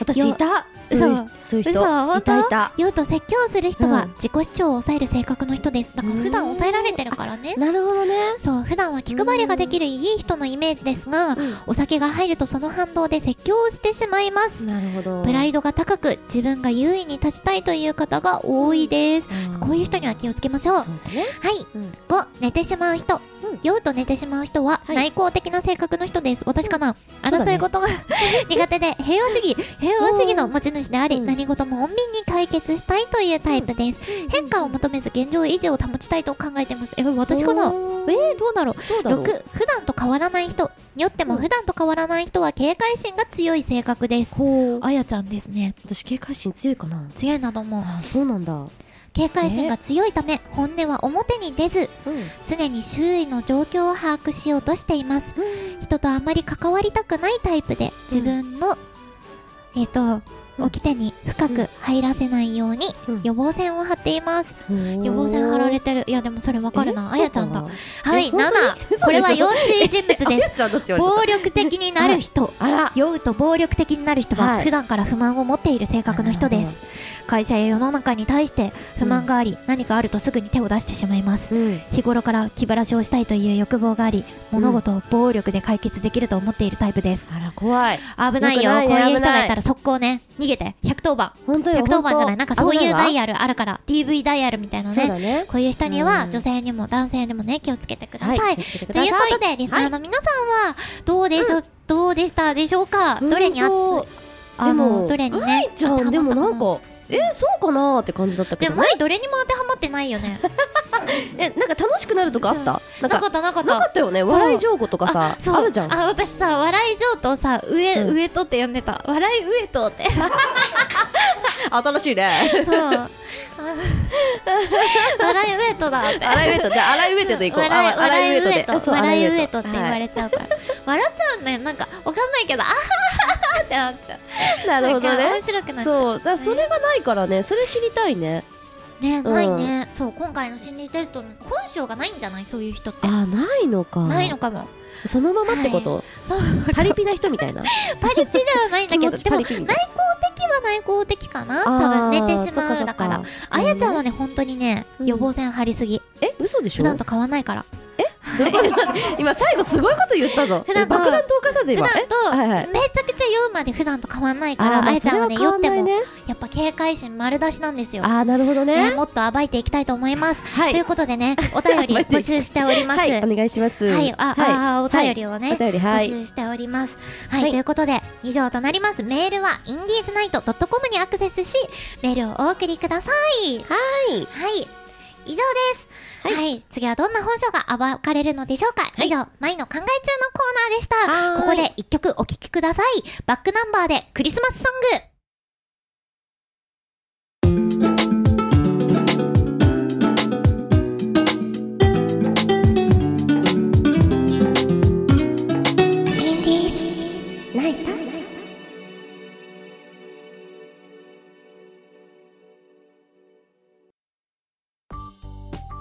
[SPEAKER 2] 私いたそういう人そういう人
[SPEAKER 3] 嘘本
[SPEAKER 2] いたい
[SPEAKER 3] 当
[SPEAKER 2] た
[SPEAKER 3] 言うと説教する人は
[SPEAKER 2] うん
[SPEAKER 3] 自己主張を抑える性格の人ですだから普段抑えられてるからね
[SPEAKER 2] なるほどね
[SPEAKER 3] そう普段は気配りができるいい人のイメージですがお酒が入るとその反動で説教をしてしまいます
[SPEAKER 2] なるほど
[SPEAKER 3] プライドが高く自分が優位に立ちたいという方が多いですこういう人には気をつけましょ
[SPEAKER 2] そ
[SPEAKER 3] うは
[SPEAKER 2] うだね
[SPEAKER 3] い
[SPEAKER 2] うん
[SPEAKER 3] 5寝てしまう人
[SPEAKER 2] うん
[SPEAKER 3] 酔うと寝てしまう人は
[SPEAKER 2] はい
[SPEAKER 3] 内向的な性格の人です私かな
[SPEAKER 2] うんそうだね
[SPEAKER 3] 争い事が *laughs* 苦手で平和主義平和主義の持ち主であり
[SPEAKER 2] うん
[SPEAKER 3] 何事も穏便に解決したいというタイプです変化を求めず現状維持を保ちたいと考えてますえ私かな
[SPEAKER 2] おー
[SPEAKER 3] えー、どうだろう
[SPEAKER 2] どうだろう
[SPEAKER 3] 6普段と変わらない人酔っても普段と変わらない人は警戒心が強い性格です
[SPEAKER 2] ほう
[SPEAKER 3] あやちゃんですね
[SPEAKER 2] 私警戒心強いかな
[SPEAKER 3] 強いなども
[SPEAKER 2] あそうなんだうん
[SPEAKER 3] 警戒心が強いため本音は表に出ず常に周囲の状況を把握しようとしています人とあまり関わりたくないタイプで自分の、えっ、と
[SPEAKER 2] うん
[SPEAKER 3] 掟に深く入らせないように
[SPEAKER 2] うん
[SPEAKER 3] 予防線を張っています、
[SPEAKER 2] 予
[SPEAKER 3] 予防線張られてるいやでもそれわかるなあやちゃんだは
[SPEAKER 2] え
[SPEAKER 3] い
[SPEAKER 2] 本当に *laughs*
[SPEAKER 3] 7これは要注意人物です
[SPEAKER 2] すちゃんだって言われちゃっ
[SPEAKER 3] 暴力的になる人
[SPEAKER 2] たあら
[SPEAKER 3] 酔うと暴力的になる人は
[SPEAKER 2] はい
[SPEAKER 3] 普段から不満を持っている性格の人です、会社や世の中に対して不満があり、何かあるとすぐに手を出してしまいます、
[SPEAKER 2] うん
[SPEAKER 3] 日頃から気晴らしをしたいという欲望があり物事を暴力で解決できると思っているタイプです、
[SPEAKER 2] あら怖い
[SPEAKER 3] 危ないよ
[SPEAKER 2] よくないね
[SPEAKER 3] こういう人がい
[SPEAKER 2] 危
[SPEAKER 3] た
[SPEAKER 2] な
[SPEAKER 3] ら速攻ね逃げて110番
[SPEAKER 2] 本当よ
[SPEAKER 3] 110番じ
[SPEAKER 2] 本当
[SPEAKER 3] ゃないなんかそういう
[SPEAKER 2] 危
[SPEAKER 3] ダ
[SPEAKER 2] な
[SPEAKER 3] イヤルあるから DV ダイヤルみたいな
[SPEAKER 2] そう
[SPEAKER 3] ね
[SPEAKER 2] だね
[SPEAKER 3] こういう人には
[SPEAKER 2] うん
[SPEAKER 3] 女性にも男性にもね気をつけてくださ
[SPEAKER 2] はいい気をつけてく
[SPEAKER 3] と
[SPEAKER 2] ださ
[SPEAKER 3] い
[SPEAKER 2] いう
[SPEAKER 3] ことで、リスナーの皆さんは、どうでしょう、どうでしたでしょうか
[SPEAKER 2] うん
[SPEAKER 3] どれにあつ
[SPEAKER 2] 本
[SPEAKER 3] あの、
[SPEAKER 2] でも
[SPEAKER 3] どれに
[SPEAKER 2] な
[SPEAKER 3] ね
[SPEAKER 2] い、じゃ
[SPEAKER 3] 当
[SPEAKER 2] ん
[SPEAKER 3] て
[SPEAKER 2] で
[SPEAKER 3] はま
[SPEAKER 2] も
[SPEAKER 3] った
[SPEAKER 2] な
[SPEAKER 3] か
[SPEAKER 2] ん、かえそうかなーって感じだったけ
[SPEAKER 3] で
[SPEAKER 2] ど
[SPEAKER 3] も、前どれにも当てはまってないよね。
[SPEAKER 2] えなんか楽しくなるとかあったな
[SPEAKER 3] なん
[SPEAKER 2] か
[SPEAKER 3] かった、なかっ
[SPEAKER 2] なか
[SPEAKER 3] た。
[SPEAKER 2] ったよね
[SPEAKER 3] そう
[SPEAKER 2] 笑い情報とかさ
[SPEAKER 3] そう
[SPEAKER 2] あるじゃん
[SPEAKER 3] あ私さ笑い上とさ上、
[SPEAKER 2] うん
[SPEAKER 3] 上とって呼んでた笑い上とって
[SPEAKER 2] 新しい *laughs* ね
[SPEAKER 3] そうあ *laughs* 笑い上とだって
[SPEAKER 2] 洗いウエットじゃあ洗いウエットでいこうあ
[SPEAKER 3] 笑い笑い上
[SPEAKER 2] あ
[SPEAKER 3] と
[SPEAKER 2] そう洗
[SPEAKER 3] 笑い
[SPEAKER 2] ウエ
[SPEAKER 3] 上
[SPEAKER 2] ット
[SPEAKER 3] とって言われちゃうから、笑っちゃうんだよなんかわかんないけどあはははってなっちゃう
[SPEAKER 2] はいなるほど
[SPEAKER 3] んか
[SPEAKER 2] ね
[SPEAKER 3] 面白くなっちゃう
[SPEAKER 2] そうだからそれがないからねそれ知りたいね
[SPEAKER 3] ねないね、そう今回の心理テストの本性がないんじゃないそういう人って
[SPEAKER 2] あないのか
[SPEAKER 3] ないのかも
[SPEAKER 2] そのままってこと
[SPEAKER 3] そう
[SPEAKER 2] パリピな人み
[SPEAKER 3] *laughs*
[SPEAKER 2] たいな
[SPEAKER 3] パリピではないんだ
[SPEAKER 2] 気
[SPEAKER 3] け
[SPEAKER 2] 持
[SPEAKER 3] ど
[SPEAKER 2] ち
[SPEAKER 3] で
[SPEAKER 2] パ
[SPEAKER 3] も
[SPEAKER 2] リ
[SPEAKER 3] 内向
[SPEAKER 2] ピみた
[SPEAKER 3] 的
[SPEAKER 2] い
[SPEAKER 3] は内向的かな
[SPEAKER 2] な
[SPEAKER 3] 多分
[SPEAKER 2] あー
[SPEAKER 3] 寝てし
[SPEAKER 2] そっ
[SPEAKER 3] ま
[SPEAKER 2] そうっ
[SPEAKER 3] だから
[SPEAKER 2] えー
[SPEAKER 3] あやちゃんはね本当にね
[SPEAKER 2] うん
[SPEAKER 3] 予防線張りすぎ
[SPEAKER 2] え嘘でし
[SPEAKER 3] 普
[SPEAKER 2] ょ
[SPEAKER 3] 段と変わらないから
[SPEAKER 2] えどういうこと今今最後すごいこと言ったぞ
[SPEAKER 3] 普段と
[SPEAKER 2] 爆弾投下さず
[SPEAKER 3] 普
[SPEAKER 2] 今
[SPEAKER 3] 段
[SPEAKER 2] えはいは
[SPEAKER 3] と
[SPEAKER 2] い
[SPEAKER 3] めちゃくちゃ酔うまで普段と変わんないか
[SPEAKER 2] あ
[SPEAKER 3] らあ
[SPEAKER 2] ー
[SPEAKER 3] やちゃんはね
[SPEAKER 2] それ
[SPEAKER 3] 酔っ
[SPEAKER 2] は
[SPEAKER 3] て
[SPEAKER 2] 変わ
[SPEAKER 3] も
[SPEAKER 2] んないね
[SPEAKER 3] やっぱ警戒心丸出しなんですよ
[SPEAKER 2] あーなるほどね
[SPEAKER 3] ねもっと暴いていきたいと思います
[SPEAKER 2] はい
[SPEAKER 3] ということでねお便り
[SPEAKER 2] 暴いて
[SPEAKER 3] 募
[SPEAKER 2] いき
[SPEAKER 3] 集しております
[SPEAKER 2] は
[SPEAKER 3] はいい
[SPEAKER 2] お願いします
[SPEAKER 3] ああお便りをね
[SPEAKER 2] お便りはい
[SPEAKER 3] 募集しております。はい、
[SPEAKER 2] はい
[SPEAKER 3] ということで、以上となります。メールは、インディーズナイト .com にアクセスし、メールをお送りください。
[SPEAKER 2] はい
[SPEAKER 3] はい。以上です。はい、次はどんな本性が暴かれるのでしょうか、以上、舞の考え中のコーナーでした。
[SPEAKER 2] はーい
[SPEAKER 3] ここで一曲お聴きください。バックナンバーでクリスマスソング。インディーズナイト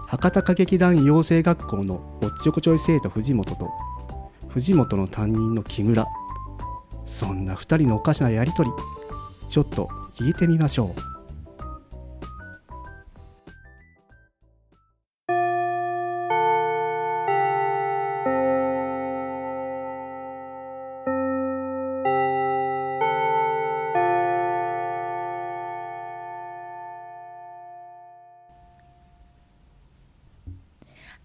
[SPEAKER 4] 博多歌劇団養成学校のおっちょこちょい生徒藤本と藤本の担任の木村そんな二人のおかしなやりとりちょっと聞いてみましょう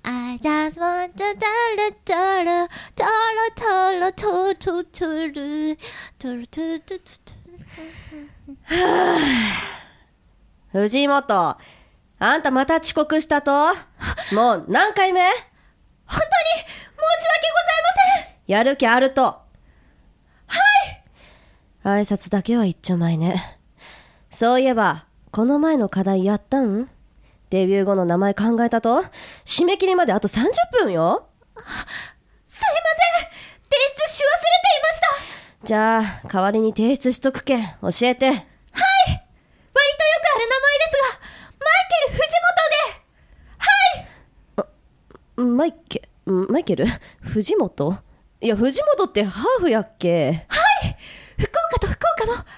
[SPEAKER 3] I just want to tolo tolo tolo tolo tolo tolo tolo tolo tolo tolo
[SPEAKER 2] 藤本あんたまた遅刻したともう何回目
[SPEAKER 3] 本当に申し訳ございません
[SPEAKER 2] やる気あるとはい挨拶だけは一丁前ねそういえばこの前の課題やったんデビュー後の名前考えたと締め切りまであと30分よ
[SPEAKER 3] すいません提出し忘れていました
[SPEAKER 2] じゃあ代わりに提出しとくけん教えて
[SPEAKER 3] 割とよくある名前ですがマイケル・藤本で
[SPEAKER 2] マイケマイケル藤本いや藤本ってハーフやっけ
[SPEAKER 3] 福岡と福岡のハーフ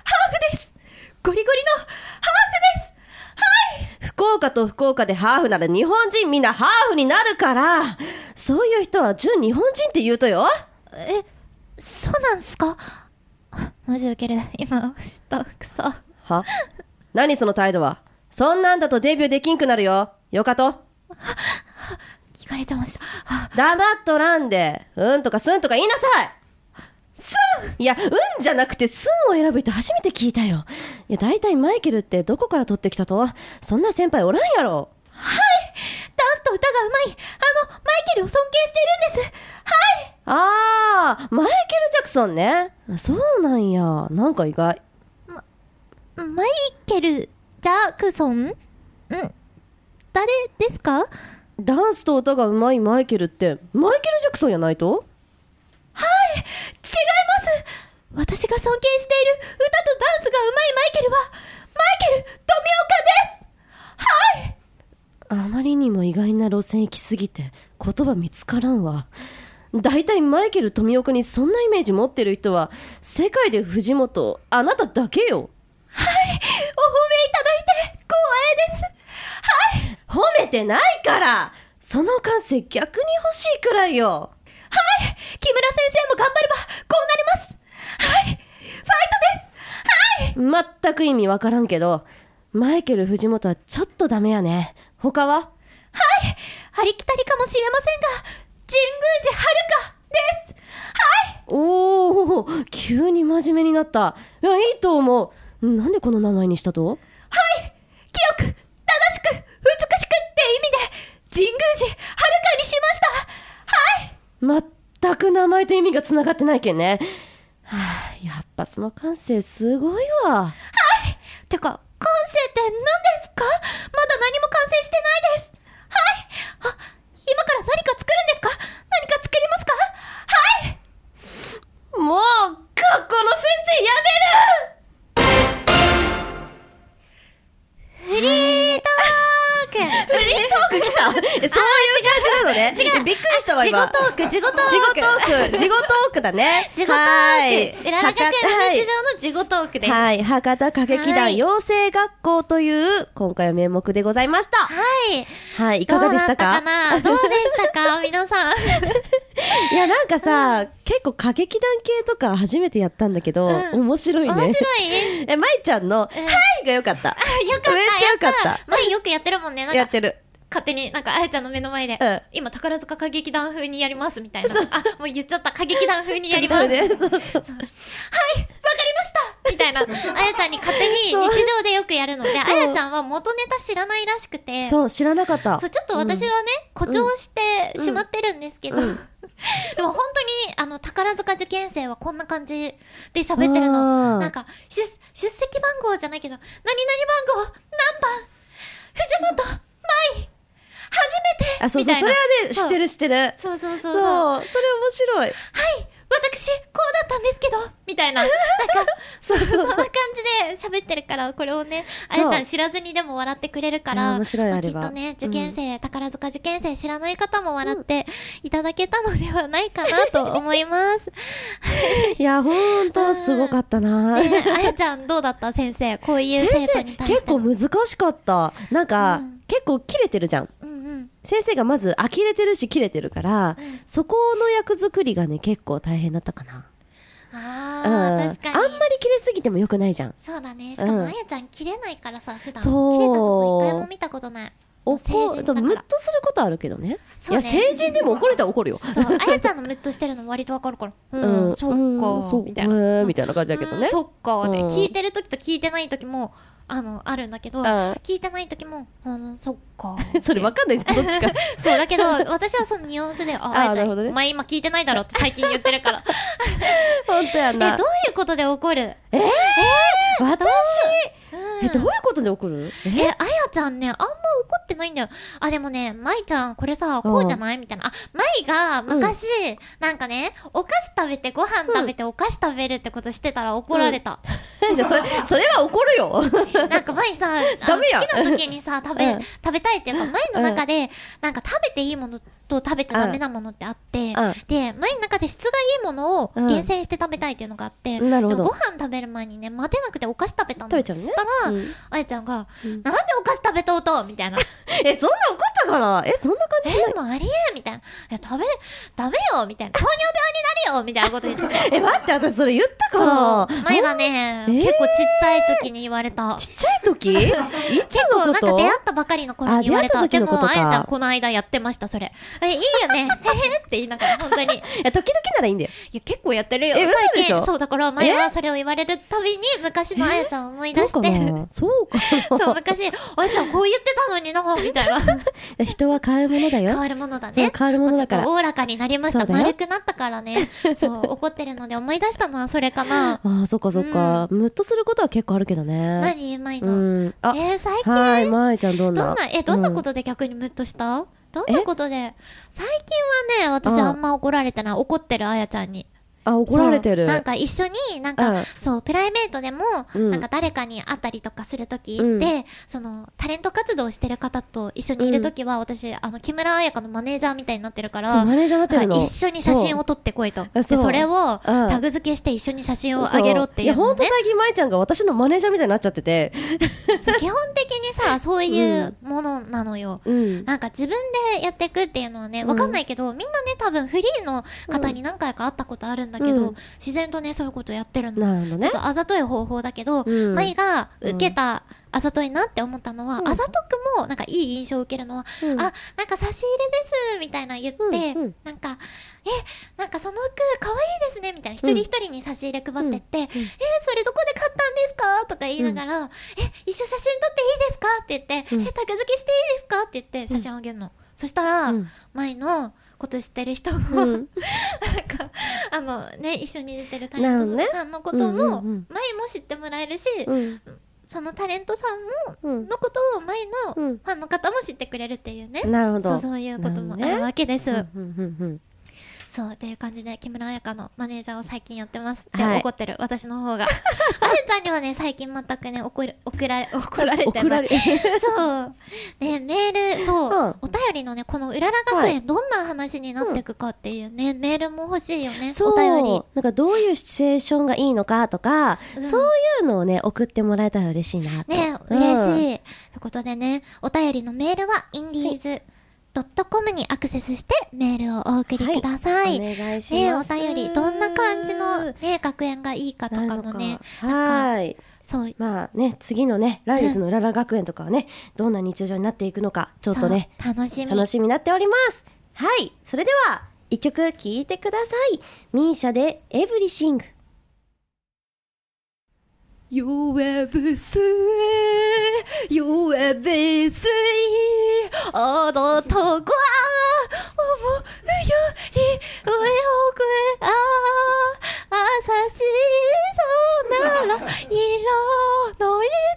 [SPEAKER 3] ですゴリゴリのハーフです
[SPEAKER 2] 福岡と福岡でハーフなら日本人みんなハーフになるからそういう人は純日本人って言うとよ
[SPEAKER 3] えそうなんすかマジウケる今知ったくそ
[SPEAKER 2] は何その態度はそんなんだとデビューできんくなるよよかと
[SPEAKER 3] 聞かれてましたあ
[SPEAKER 2] 黙っとらんでうんとかすんとか言いなさいすんいやうんじゃなくてすんを選ぶ人初めて聞いたよいや大体マイケルってどこから取ってきたとそんな先輩おらんやろ
[SPEAKER 3] ダンスと歌がうまいあのマイケルを尊敬しているんですはい
[SPEAKER 2] ああマイケル・ジャクソンねそうなんやなんか意外
[SPEAKER 3] マイケル・ジャクソンん誰ですか
[SPEAKER 2] ダンスと歌がうまいマイケルってマイケル・ジャクソンやないと
[SPEAKER 3] 違います私が尊敬している歌とダンスがうまいマイケルはマイケル富岡ですはい
[SPEAKER 2] あまりにも意外な路線行きすぎて言葉見つからんわ大体マイケル富岡にそんなイメージ持ってる人は世界で藤本あなただけよ
[SPEAKER 3] お褒めいただいて光栄ですはい
[SPEAKER 2] 褒めてないからその感性逆に欲しいくらいよ
[SPEAKER 3] はい木村先生も頑張ればこうなりますはいファイトですはい
[SPEAKER 2] 全く意味わからんけどマイケル藤本はちょっとダメやね他は
[SPEAKER 3] はいありきたりかもしれませんが神宮寺遥ですはい
[SPEAKER 2] おお急に真面目になったいやいいと思うなんでこの名前にしたと
[SPEAKER 3] はい清く正しく美しくって意味で神宮寺遥かにしましたはい
[SPEAKER 2] 全く名前と意味がつながってないけんねはあやっぱその感性すごいわ
[SPEAKER 3] はいてか感性って何ですかまだ何も完成してないですはいあ今から何か作るんですか何か作りますかはい
[SPEAKER 2] もう学校の先生や
[SPEAKER 3] フリートーク *laughs*
[SPEAKER 2] めるフリートーク来たえそういう感じなののね。
[SPEAKER 3] 違う
[SPEAKER 2] びっくりしたわ、
[SPEAKER 3] ジゴト
[SPEAKER 2] 今。
[SPEAKER 3] ーク、ジゴトーク。
[SPEAKER 2] ジゴトーク、ジゴトークだね。
[SPEAKER 3] ジゴトーク。うらら学園の日常のジゴトークです。は
[SPEAKER 2] はい、博多歌劇
[SPEAKER 3] は
[SPEAKER 2] 団
[SPEAKER 3] い
[SPEAKER 2] 養成学校という、今回は名目でございました。
[SPEAKER 3] い。
[SPEAKER 2] はい、いかがでしたか
[SPEAKER 3] どうなったかなどうでした
[SPEAKER 2] *laughs*
[SPEAKER 3] か皆さん。
[SPEAKER 2] いや、なんかさ、結構歌劇団系とか初めてやったんだけど、
[SPEAKER 3] うん
[SPEAKER 2] 面白いね。
[SPEAKER 3] 面白い
[SPEAKER 2] *laughs*
[SPEAKER 3] ね。
[SPEAKER 2] え、舞ちゃんの、は
[SPEAKER 3] うん
[SPEAKER 2] いが良かった。
[SPEAKER 3] あ *laughs* よかった。
[SPEAKER 2] めっちゃよかった
[SPEAKER 3] や前よくやってるもんね。なん
[SPEAKER 2] や
[SPEAKER 3] か
[SPEAKER 2] ってる。
[SPEAKER 3] 勝手になんかあやちゃんの目の前で、
[SPEAKER 2] うん
[SPEAKER 3] 今宝塚歌劇団風にやりますみたいなあもう言っちゃった歌劇団風にやりますはいわか
[SPEAKER 2] ねそうそう。
[SPEAKER 3] りましたみたいなあやちゃんに勝手に日
[SPEAKER 2] そう
[SPEAKER 3] 常でよくやるのであ
[SPEAKER 2] そう
[SPEAKER 3] やちゃんは元ネタ知らないらしくて
[SPEAKER 2] そう、知らなかった。
[SPEAKER 3] そうちょっと私はね、誇張してしまってるんですけど、
[SPEAKER 2] うん
[SPEAKER 3] *laughs* でも本当にあの宝塚受験生はこんな感じで喋ってる
[SPEAKER 2] あ
[SPEAKER 3] の
[SPEAKER 2] ー
[SPEAKER 3] なんか出出席番号じゃないけど何々番号何番藤本舞
[SPEAKER 2] あ、
[SPEAKER 3] 初
[SPEAKER 2] そうそ
[SPEAKER 3] めてみ
[SPEAKER 2] う、そ
[SPEAKER 3] た
[SPEAKER 2] れは
[SPEAKER 3] いな
[SPEAKER 2] ね、知
[SPEAKER 3] そう
[SPEAKER 2] ってる知ってる。
[SPEAKER 3] そうそうそうそう
[SPEAKER 2] そう、それ面白い。
[SPEAKER 3] はい私こうだったんですけどみたいななんか
[SPEAKER 2] そうそう
[SPEAKER 3] そんな感じで喋ってるからこれをねあ
[SPEAKER 2] そう
[SPEAKER 3] やちゃん知らずにでも笑ってくれるか
[SPEAKER 2] あー
[SPEAKER 3] ら
[SPEAKER 2] 面白い
[SPEAKER 3] ま
[SPEAKER 2] あ
[SPEAKER 3] き
[SPEAKER 2] れ
[SPEAKER 3] っ
[SPEAKER 2] は
[SPEAKER 3] とね受験生、宝塚受験生知らない方も笑っていただけたのではないかなと思い
[SPEAKER 2] *laughs*
[SPEAKER 3] ます、
[SPEAKER 2] *laughs* いや、ほんと、すごかったな。
[SPEAKER 3] ねあやちゃんどうだった先生こういう
[SPEAKER 2] 先
[SPEAKER 3] 生徒
[SPEAKER 2] 生
[SPEAKER 3] に対し
[SPEAKER 2] 結
[SPEAKER 3] ての
[SPEAKER 2] 構難しかったなんか、
[SPEAKER 3] うん
[SPEAKER 2] 結構切れてるじゃん
[SPEAKER 3] うんうん
[SPEAKER 2] 先生がまず呆れてるし切れてるから、そこの役作りがね結構大変だったかな
[SPEAKER 3] あ
[SPEAKER 2] うん
[SPEAKER 3] ー、確か
[SPEAKER 2] あ
[SPEAKER 3] に
[SPEAKER 2] んまり切れすぎてもよくないじゃん
[SPEAKER 3] そうだねしか
[SPEAKER 2] う
[SPEAKER 3] も
[SPEAKER 2] ん
[SPEAKER 3] あやちゃん切れないからさ普段切
[SPEAKER 2] そう
[SPEAKER 3] れたとこ一回も見たことないもう成
[SPEAKER 2] 怒
[SPEAKER 3] 人
[SPEAKER 2] そ
[SPEAKER 3] だ
[SPEAKER 2] う
[SPEAKER 3] か
[SPEAKER 2] ムッ
[SPEAKER 3] ら
[SPEAKER 2] とすることあるけどね
[SPEAKER 3] そうね
[SPEAKER 2] いや成人でも怒れたら怒るよ
[SPEAKER 3] そう、あやちゃんのムッとしてるの割とわかるから。うん、そっ
[SPEAKER 2] うん
[SPEAKER 3] か
[SPEAKER 2] そ、う
[SPEAKER 3] みたいな。
[SPEAKER 2] えーみたいな感じだけどね、
[SPEAKER 3] うんそっか、って
[SPEAKER 2] うん
[SPEAKER 3] 聞いてる時と聞いてない時も、あの、あるんだけど、聞いてない時も、うん、そっか。
[SPEAKER 2] うん *laughs* それわかんないじゃんどっ
[SPEAKER 3] *laughs*
[SPEAKER 2] ちか
[SPEAKER 3] そう、だけど、私はそのニュアンスで、あ、
[SPEAKER 2] ー
[SPEAKER 3] あやちゃ
[SPEAKER 2] なるほどね
[SPEAKER 3] ん、お前今聞いてないだろって最近言っ
[SPEAKER 2] *laughs*
[SPEAKER 3] てるから。え、
[SPEAKER 2] 本当や
[SPEAKER 3] どうい
[SPEAKER 2] な
[SPEAKER 3] うことで怒る
[SPEAKER 2] 私
[SPEAKER 3] うん
[SPEAKER 2] えどういうことで怒るえ
[SPEAKER 3] え、あやちゃんね、あんま怒ってないんだよ。あ、でもね、まいちゃん、これさ、こうじゃないみたいな。あ、まいが昔、なんかね、お菓子食べて、ご飯食べて、お菓子食べるってことしてたら怒られた。
[SPEAKER 2] じゃあそれそれは怒るよ
[SPEAKER 3] なんか前さ、あ
[SPEAKER 2] ダ
[SPEAKER 3] の
[SPEAKER 2] メや
[SPEAKER 3] 好きな時に
[SPEAKER 2] *laughs*
[SPEAKER 3] さ、食べ、
[SPEAKER 2] うん
[SPEAKER 3] 食べたいっていうか、前の中で、なんか食べていいものと食べちゃダメなものってあって、
[SPEAKER 2] うん
[SPEAKER 3] で、前の中で質がいいものを
[SPEAKER 2] うん
[SPEAKER 3] 厳選して食べたいっていうのがあって、
[SPEAKER 2] うんなるほど
[SPEAKER 3] でもご飯食べる前にね、待てなくてお菓子食べた
[SPEAKER 2] 食
[SPEAKER 3] んだ
[SPEAKER 2] べちゃうね
[SPEAKER 3] そしたら、
[SPEAKER 2] うん
[SPEAKER 3] あやちゃんが、
[SPEAKER 2] うん
[SPEAKER 3] なんでお菓子食べとうとみた
[SPEAKER 2] *laughs*
[SPEAKER 3] いな。
[SPEAKER 2] えそんな怒ったからえそんな感じじゃない
[SPEAKER 3] え、もうありえんみたいな。いや、食べ、ダメよみたいな。糖尿病になるよみたいなこと言ってた。
[SPEAKER 2] え、待って、私 *laughs* それ言った
[SPEAKER 3] そ
[SPEAKER 2] かな
[SPEAKER 3] う。前がね、
[SPEAKER 2] えー
[SPEAKER 3] 結構ちっちゃい時に言われた。
[SPEAKER 2] ちっちゃい
[SPEAKER 3] *laughs*
[SPEAKER 2] 時いつ
[SPEAKER 3] 結構
[SPEAKER 2] の
[SPEAKER 3] なん
[SPEAKER 2] こ
[SPEAKER 3] か
[SPEAKER 2] と
[SPEAKER 3] 出会ったばかりの頃に言われた
[SPEAKER 2] あ出会った時
[SPEAKER 3] で
[SPEAKER 2] のこ
[SPEAKER 3] も
[SPEAKER 2] とか
[SPEAKER 3] あやちゃんこの間やってましたそれえいいよねへへって言いながら本当にい
[SPEAKER 2] いや、時々ならいいんだよ。
[SPEAKER 3] や結構やってるよ
[SPEAKER 2] え嘘でしょ
[SPEAKER 3] そうだから前はそれを言われるたびに昔のあやちゃんを思い出
[SPEAKER 2] どうか
[SPEAKER 3] して
[SPEAKER 2] なそうかな
[SPEAKER 3] そう昔あやちゃんこう言ってたのになみたいな
[SPEAKER 2] *laughs* 人は変わるものだ
[SPEAKER 3] 変
[SPEAKER 2] よ。
[SPEAKER 3] わるものだ
[SPEAKER 2] そう
[SPEAKER 3] ね
[SPEAKER 2] 変わるものだか
[SPEAKER 3] ちょっと
[SPEAKER 2] ら。
[SPEAKER 3] おおらかになりまし
[SPEAKER 2] そ
[SPEAKER 3] た
[SPEAKER 2] うだよ
[SPEAKER 3] 丸くなったからねそう怒ってるので思い出したのはそれかな
[SPEAKER 2] *laughs* ああ、そっかそっか。ムッとすることは結構あるけどね。
[SPEAKER 3] 何うまいうの
[SPEAKER 2] ん。
[SPEAKER 3] え
[SPEAKER 2] あ、
[SPEAKER 3] ー最近
[SPEAKER 2] はい、まえちゃんどん
[SPEAKER 3] ど
[SPEAKER 2] なん
[SPEAKER 3] な、え、どんな
[SPEAKER 2] うん
[SPEAKER 3] ことで逆にムッとしたどんなことで最近はね、
[SPEAKER 2] うん
[SPEAKER 3] 私あんま怒られてない。怒ってるあやちゃんに。
[SPEAKER 2] あ、怒られて
[SPEAKER 3] そう
[SPEAKER 2] る。
[SPEAKER 3] なんか一緒に、な
[SPEAKER 2] う
[SPEAKER 3] ん
[SPEAKER 2] ん
[SPEAKER 3] か、そう、プライベートでも、
[SPEAKER 2] うん
[SPEAKER 3] なんか誰かに会ったりとかするとき
[SPEAKER 2] うん
[SPEAKER 3] で、その、タレント活動してる方と一緒にいるときは、私、あの、木村彩香のマネージャーみたいになってるか
[SPEAKER 2] そう、
[SPEAKER 3] ら、
[SPEAKER 2] マネージャーになってるの。
[SPEAKER 3] はい一緒に写真を
[SPEAKER 2] を
[SPEAKER 3] 撮ってこいと。
[SPEAKER 2] あ
[SPEAKER 3] で、
[SPEAKER 2] そう
[SPEAKER 3] それを
[SPEAKER 2] うん
[SPEAKER 3] タグ付けして一緒に写真をあげろっていう
[SPEAKER 2] や、ほ
[SPEAKER 3] の
[SPEAKER 2] んと
[SPEAKER 3] ね。
[SPEAKER 2] 最近まえちゃんが私のマネージャーみたいになっちゃってて。
[SPEAKER 3] そう基本的にさ、そういうものなのよ。
[SPEAKER 2] うん。
[SPEAKER 3] なんか自分でやっていくっていうのはね、
[SPEAKER 2] うん
[SPEAKER 3] わかんないけど、みんなね、多分フリーの方に何回か会ったことあるんだけど、
[SPEAKER 2] うん
[SPEAKER 3] 自然とね、そういうことやってるの。
[SPEAKER 2] なるほど
[SPEAKER 3] ちょ
[SPEAKER 2] ね
[SPEAKER 3] っ。とあざとい方法だけど、
[SPEAKER 2] うん
[SPEAKER 3] 舞が受けたあざといなって思ったのは、
[SPEAKER 2] うん
[SPEAKER 3] あざとくもなんかいい印象を受けるのは、
[SPEAKER 2] うん
[SPEAKER 3] あ、なんか差し入れですみたいな言って、
[SPEAKER 2] うんうん
[SPEAKER 3] なんか、え、なんかその服可愛いですねみたいな、一人一人に差し入れ配ってって、え、それどこで買ったんですかとか言いながら、え、一緒写真撮っていいですかって言って、
[SPEAKER 2] うん
[SPEAKER 3] え、タグ付けしていいですかって言って写真あげるの。そしたら、
[SPEAKER 2] うん
[SPEAKER 3] 前のこと知ってる人も、
[SPEAKER 2] うん。
[SPEAKER 3] なんか、あのね、一緒に出てるタレントさんのこと
[SPEAKER 2] なるほどね
[SPEAKER 3] も、
[SPEAKER 2] うんうんうん
[SPEAKER 3] 前も知ってもらえるし、
[SPEAKER 2] うん。
[SPEAKER 3] そのタレントさんも、
[SPEAKER 2] うん
[SPEAKER 3] のことを前の
[SPEAKER 2] う
[SPEAKER 3] フ
[SPEAKER 2] ん
[SPEAKER 3] ァンの方も知ってくれるっていうね。
[SPEAKER 2] なるほ
[SPEAKER 3] そ
[SPEAKER 2] ど。
[SPEAKER 3] うそういうことも
[SPEAKER 2] なるほど
[SPEAKER 3] ある
[SPEAKER 2] ね
[SPEAKER 3] わけです。
[SPEAKER 2] *laughs* うんうんうんうん
[SPEAKER 3] そうという感じで木村彩香のマネージャーを最近やってますで、
[SPEAKER 2] はい
[SPEAKER 3] 怒ってる私の
[SPEAKER 2] *laughs*
[SPEAKER 3] 方があやちゃんにはね最近全くね怒る怒られ怒られてな
[SPEAKER 2] 送ら
[SPEAKER 3] い *laughs*
[SPEAKER 2] れ
[SPEAKER 3] そうねメールそう、
[SPEAKER 2] うん
[SPEAKER 3] お便りのねこのうらら学園どんな話になってくかっていうね、メールも欲しいよね
[SPEAKER 2] そう
[SPEAKER 3] お便り
[SPEAKER 2] なんかどういうシチュエーションがいいのかとか、
[SPEAKER 3] うん
[SPEAKER 2] そういうのをね送ってもらえたら嬉しいなと
[SPEAKER 3] ね
[SPEAKER 2] うん
[SPEAKER 3] 嬉しい、ということでねお便りのメールはインディーズドットコムにアクセスしてメールをお送りください、
[SPEAKER 2] お願いし
[SPEAKER 3] ねお
[SPEAKER 2] ます
[SPEAKER 3] 便りどんな感じのね学園がいいかとかもね
[SPEAKER 2] なはい
[SPEAKER 3] そう
[SPEAKER 2] まあね次のね来月のうらら学園とかはねどんな日常になっていくのかちょっとね
[SPEAKER 3] そう楽しみ
[SPEAKER 2] 楽しみになっておりますはいそれでは一曲聴いてくださいミーシャでエブリシング
[SPEAKER 5] 弱ぶすい弱ぶすいあなたが思うより上をくあ優しそうならいらないちょ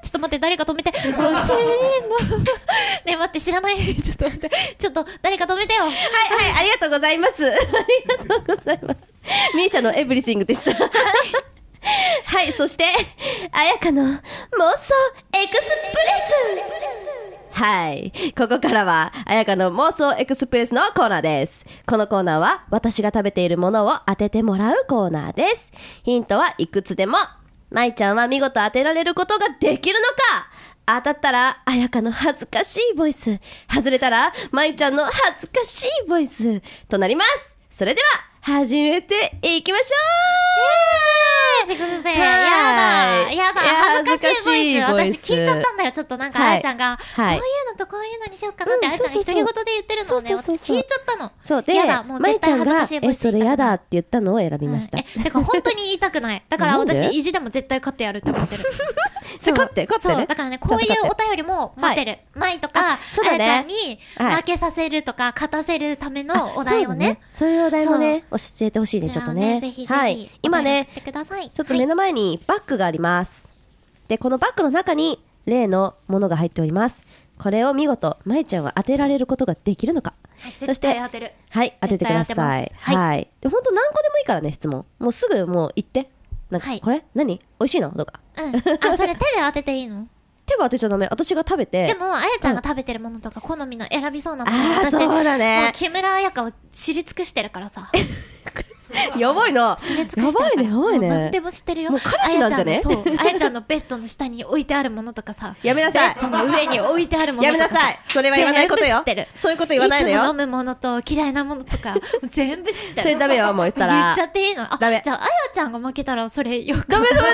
[SPEAKER 5] っと待って誰か止めて欲しいの
[SPEAKER 3] *laughs*
[SPEAKER 5] ねえ待って知らない *laughs* ちょっと待ってちょっと誰か止めてよ
[SPEAKER 2] はいはいありがとうございます *laughs* ありがとうございますミーシャのエブリシングでしたはいそしてあやかの妄想エクスプレスはい。ここからは、あやかの妄想エクスプレスのコーナーです。このコーナーは、私が食べているものを当ててもらうコーナーです。ヒントはいくつでも。まいちゃんは見事当てられることができるのか当たったら、あやかの恥ずかしいボイス。外れたら、まいちゃんの恥ずかしいボイス。となります。それでは、始めていきましょう
[SPEAKER 3] ということで、や
[SPEAKER 2] はー
[SPEAKER 3] だ、
[SPEAKER 2] い
[SPEAKER 3] やだ、
[SPEAKER 2] いや
[SPEAKER 3] 恥ずかしいボイス、
[SPEAKER 2] 恥ずかし
[SPEAKER 3] 私
[SPEAKER 2] いボイス
[SPEAKER 3] 聞いちゃったんだよ、ちょっとなんか、
[SPEAKER 2] はい
[SPEAKER 3] あやちゃんが、
[SPEAKER 2] はい
[SPEAKER 3] こういうのとこういうのにしようかなって、
[SPEAKER 2] うん
[SPEAKER 3] あやちゃんが
[SPEAKER 2] そうそうそう
[SPEAKER 3] 独り言で言ってるのをね、
[SPEAKER 2] そうそうそう
[SPEAKER 3] 私
[SPEAKER 2] そう
[SPEAKER 3] 聞いちゃったの。
[SPEAKER 2] そうで、
[SPEAKER 3] やだ、もう
[SPEAKER 2] まい
[SPEAKER 3] 絶
[SPEAKER 2] ちゃん
[SPEAKER 3] 対恥ず
[SPEAKER 2] が
[SPEAKER 3] かしい、ボ
[SPEAKER 2] え、
[SPEAKER 3] イス
[SPEAKER 2] そ
[SPEAKER 3] 言
[SPEAKER 2] れ
[SPEAKER 3] い
[SPEAKER 2] や
[SPEAKER 3] た
[SPEAKER 2] だ
[SPEAKER 3] くない
[SPEAKER 2] って言ったのを選びました。
[SPEAKER 3] うんえ、だから本当に言いたくない。だから私
[SPEAKER 2] なん、で
[SPEAKER 3] 意地でも絶対勝ってやるって思ってる。
[SPEAKER 2] じ *laughs* ゃあ勝って勝ってね
[SPEAKER 3] そう、だからね、こういう
[SPEAKER 2] ちゃんと
[SPEAKER 3] お便りも待ってる。舞とか、あ
[SPEAKER 2] あそうだ
[SPEAKER 3] や
[SPEAKER 2] ね
[SPEAKER 3] ちゃんに
[SPEAKER 2] はい
[SPEAKER 3] 負けさせるとか、勝たせるためのお
[SPEAKER 2] そう
[SPEAKER 3] 題
[SPEAKER 2] だ
[SPEAKER 3] をね。
[SPEAKER 2] そういうお題もね教えてほしいねちょっとね
[SPEAKER 3] ぜひぜ
[SPEAKER 2] は
[SPEAKER 3] ひ
[SPEAKER 2] い、今ね
[SPEAKER 3] お便り送ってください
[SPEAKER 2] ちょっと目の前にバッグがありますでこのバッグの中に例のものが入っておりますこれを見事まいちゃんは当てられることができるのか
[SPEAKER 3] はい
[SPEAKER 2] そし
[SPEAKER 3] 絶
[SPEAKER 2] て
[SPEAKER 3] 対当てる。
[SPEAKER 2] はい当ててくだ
[SPEAKER 3] 絶対
[SPEAKER 2] さ
[SPEAKER 3] 当
[SPEAKER 2] い
[SPEAKER 3] てます
[SPEAKER 2] はい、で本当何個でもいいからね質問もうすぐもう言ってなんか、
[SPEAKER 3] はい
[SPEAKER 2] これ何美味しいのとか
[SPEAKER 3] うん。あ、それ手で当てていいの
[SPEAKER 2] *laughs* 手は当てちゃダメ私が食べて
[SPEAKER 3] でも、あやちゃんが食べてるものとか、好みの選びそうなもの、
[SPEAKER 2] あー
[SPEAKER 3] 私、
[SPEAKER 2] そうだね
[SPEAKER 3] もう木村彩香を知り尽くしてるから
[SPEAKER 2] *laughs*
[SPEAKER 3] さ。
[SPEAKER 2] やばいな
[SPEAKER 3] 知り尽くしてる
[SPEAKER 2] や
[SPEAKER 3] から
[SPEAKER 2] ばいねやばい
[SPEAKER 3] もう何
[SPEAKER 2] ね
[SPEAKER 3] でも知ってるよ。
[SPEAKER 2] もう彼氏なんじゃね
[SPEAKER 3] あやちのそう。あやちゃんのベッドの下に置いてあるものと
[SPEAKER 2] *laughs*
[SPEAKER 3] かさ。
[SPEAKER 2] やめな
[SPEAKER 3] ベ
[SPEAKER 2] さい
[SPEAKER 3] ッドの上に置いてあるもの
[SPEAKER 2] や
[SPEAKER 3] と
[SPEAKER 2] め
[SPEAKER 3] か
[SPEAKER 2] な
[SPEAKER 3] さ。
[SPEAKER 2] さいそれは言わないこと
[SPEAKER 3] 全
[SPEAKER 2] よ
[SPEAKER 3] 部知ってる
[SPEAKER 2] そういうこと言わないの
[SPEAKER 3] いつも
[SPEAKER 2] よ
[SPEAKER 3] 飲むものと嫌いなものとか、全部知ってる。
[SPEAKER 2] それダメよもう言ったら
[SPEAKER 3] 言っちゃっていいのあ、
[SPEAKER 2] ダメ
[SPEAKER 3] じゃあ、あやちゃんが負けたら、それよく。
[SPEAKER 2] ダメダメ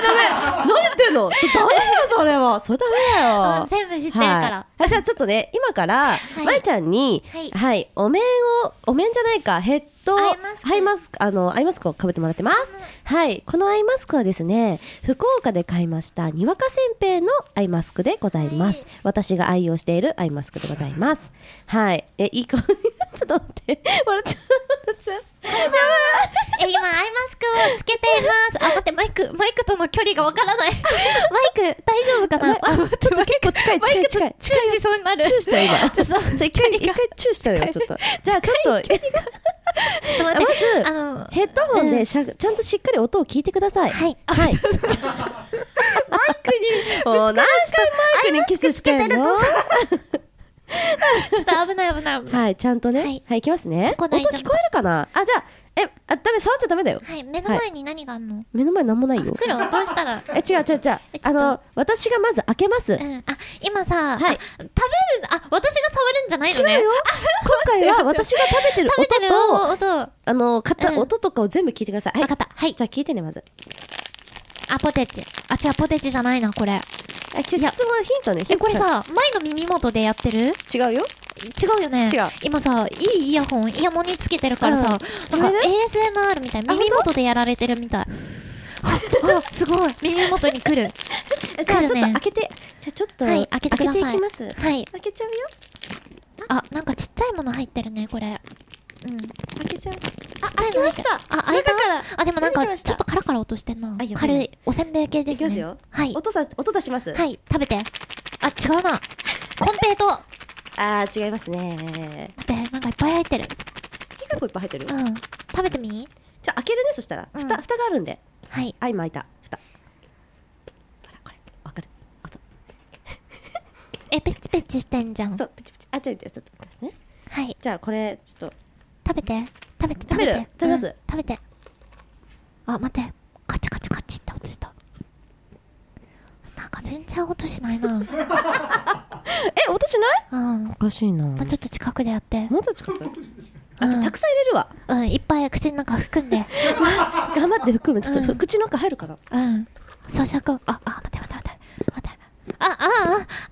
[SPEAKER 2] ダメ何言ってんのそれダメだよそれはそれダメだ
[SPEAKER 3] う
[SPEAKER 2] よ
[SPEAKER 3] ん全部知ってるから
[SPEAKER 2] はいあじゃあちょっと
[SPEAKER 3] *laughs*
[SPEAKER 2] ね今から
[SPEAKER 3] い
[SPEAKER 2] まいちゃんに
[SPEAKER 3] はい
[SPEAKER 2] はいお面をお面じゃないかヘッド
[SPEAKER 3] アイマスク
[SPEAKER 2] アイマスクあのアイマスクをかぶってもらってますはいこのアイマスクはですね福岡で買いましたにわかせんべいのアイマスクでございます私が愛用しているアイマスクでございますはいえいい子ちょっと待って笑っちゃう笑っちゃう
[SPEAKER 3] え、今、アイマスクをつけています。あ、待って、マイク、マイクとの距離がわからない。マイク、大丈夫かな
[SPEAKER 2] あちょっと結構近い近い近い
[SPEAKER 3] チューしそうになる。
[SPEAKER 2] チューしたよ今。
[SPEAKER 3] ちょっと、ちょっ
[SPEAKER 2] じゃあ一回、一回チューしたよ、ちょっと。じゃあちょっと、
[SPEAKER 3] と待って、
[SPEAKER 2] まず
[SPEAKER 3] あの、
[SPEAKER 2] ヘッドホンでしゃ、ちゃんとしっかり音を聞いてください。
[SPEAKER 3] はい *laughs*
[SPEAKER 2] はい。マイクに、もう何回マイクにキスしてんの
[SPEAKER 3] ちょっと危ない危ない危ない。
[SPEAKER 2] はい、ちゃんとね。
[SPEAKER 3] は
[SPEAKER 2] はいい、いきますね。
[SPEAKER 3] こ
[SPEAKER 2] 音
[SPEAKER 3] こない
[SPEAKER 2] 聞こえるかなあ、じゃあ、え、あ、ダメ、触っちゃダメだよ。
[SPEAKER 3] はい、目の前に何があんの
[SPEAKER 2] 目の前なんもないよ。
[SPEAKER 3] 袋をどうしたら。
[SPEAKER 2] え、違う違う違
[SPEAKER 3] え
[SPEAKER 2] う。
[SPEAKER 3] ちょっ
[SPEAKER 2] あ
[SPEAKER 3] と
[SPEAKER 2] の、私がまず開けます
[SPEAKER 3] う。ん、あ、今さ、
[SPEAKER 2] はい
[SPEAKER 3] あ食べる、あ、私が触るんじゃない
[SPEAKER 2] 違
[SPEAKER 3] のね。
[SPEAKER 2] うよ。今回は私が食べてる
[SPEAKER 3] 食べ
[SPEAKER 2] 音
[SPEAKER 3] てる
[SPEAKER 2] と、
[SPEAKER 3] 音を。
[SPEAKER 2] あの、買った
[SPEAKER 3] うん
[SPEAKER 2] 音とかを全部聞いてください。
[SPEAKER 3] わかったはい
[SPEAKER 2] じゃあ聞いてね、まず。
[SPEAKER 3] あ、ポテチ。あ、違う、ポテチじゃないな、これ。
[SPEAKER 2] あ、質問ヒントね。ヒ
[SPEAKER 3] え、
[SPEAKER 2] ント
[SPEAKER 3] これ、さ、前の耳元でやって
[SPEAKER 2] 違
[SPEAKER 3] る
[SPEAKER 2] うよ。
[SPEAKER 3] 違うよね
[SPEAKER 2] 違う
[SPEAKER 3] 今さいいイヤホンイヤモニつけてるからさ、
[SPEAKER 2] うん
[SPEAKER 3] なんか
[SPEAKER 2] これ
[SPEAKER 3] ASMR みたいな
[SPEAKER 2] あ
[SPEAKER 3] 耳元でやられてるみたいああす *laughs* ごい耳元に来る
[SPEAKER 2] えじゃあちょっと
[SPEAKER 3] 来るね
[SPEAKER 2] 開けて、じゃあちょっと、
[SPEAKER 3] はい開けてください
[SPEAKER 2] 開けていきます。
[SPEAKER 3] はい
[SPEAKER 2] 開けちゃうよ。
[SPEAKER 3] あなんかちっちゃいもの入ってるねこれうんちっ
[SPEAKER 2] 開けちゃう。あ、
[SPEAKER 3] ちゃ
[SPEAKER 2] 開
[SPEAKER 3] い
[SPEAKER 2] け
[SPEAKER 3] の
[SPEAKER 2] ま
[SPEAKER 3] 入っ
[SPEAKER 2] してた。
[SPEAKER 3] あ開いた
[SPEAKER 2] 中から
[SPEAKER 3] あでもなん
[SPEAKER 2] 出て
[SPEAKER 3] か
[SPEAKER 2] きまし
[SPEAKER 3] ち
[SPEAKER 2] た
[SPEAKER 3] ょっとカラカラ落としてんな
[SPEAKER 2] あやばい
[SPEAKER 3] 軽いおせんべい系で
[SPEAKER 2] い
[SPEAKER 3] すね
[SPEAKER 2] きますよ
[SPEAKER 3] はい
[SPEAKER 2] 音さ、音出します。
[SPEAKER 3] はい食べてあ違うなコンペイト待
[SPEAKER 2] あー、違いますね。
[SPEAKER 3] ってなんかいっぱい入ってる
[SPEAKER 2] 結構いっぱい入ってる
[SPEAKER 3] う
[SPEAKER 2] よ。
[SPEAKER 3] ん食
[SPEAKER 5] 食べてみ
[SPEAKER 2] じゃあ開けるねそしたら
[SPEAKER 3] うん
[SPEAKER 2] 蓋,、蓋があるんで
[SPEAKER 3] はい
[SPEAKER 2] あ今開いた蓋ほらこれわかるあと
[SPEAKER 5] えペチペチしてんじゃん
[SPEAKER 2] そうプチプチあちょいちょいちょっと待ってね
[SPEAKER 3] はい
[SPEAKER 2] じゃあこれちょっと
[SPEAKER 3] 食べて食べて
[SPEAKER 2] 食べる
[SPEAKER 3] て
[SPEAKER 2] 食べます
[SPEAKER 3] うん食べてあ待ってカチカチカチって音したなんか全然音しないなうん
[SPEAKER 2] え音しない
[SPEAKER 3] ま
[SPEAKER 2] おかしいな
[SPEAKER 3] あ、ちょっと近くでやって
[SPEAKER 2] もうちょっと近くあ
[SPEAKER 3] う
[SPEAKER 2] と
[SPEAKER 3] ん
[SPEAKER 2] たくさん入れるわ
[SPEAKER 3] うんいっぱい口の中
[SPEAKER 2] *laughs*
[SPEAKER 3] 含んで
[SPEAKER 2] 頑張って含むちょっ
[SPEAKER 3] う
[SPEAKER 2] と
[SPEAKER 3] ん
[SPEAKER 2] 口の中入るかな
[SPEAKER 3] うん咀嚼ああ待って待って待って待ってああ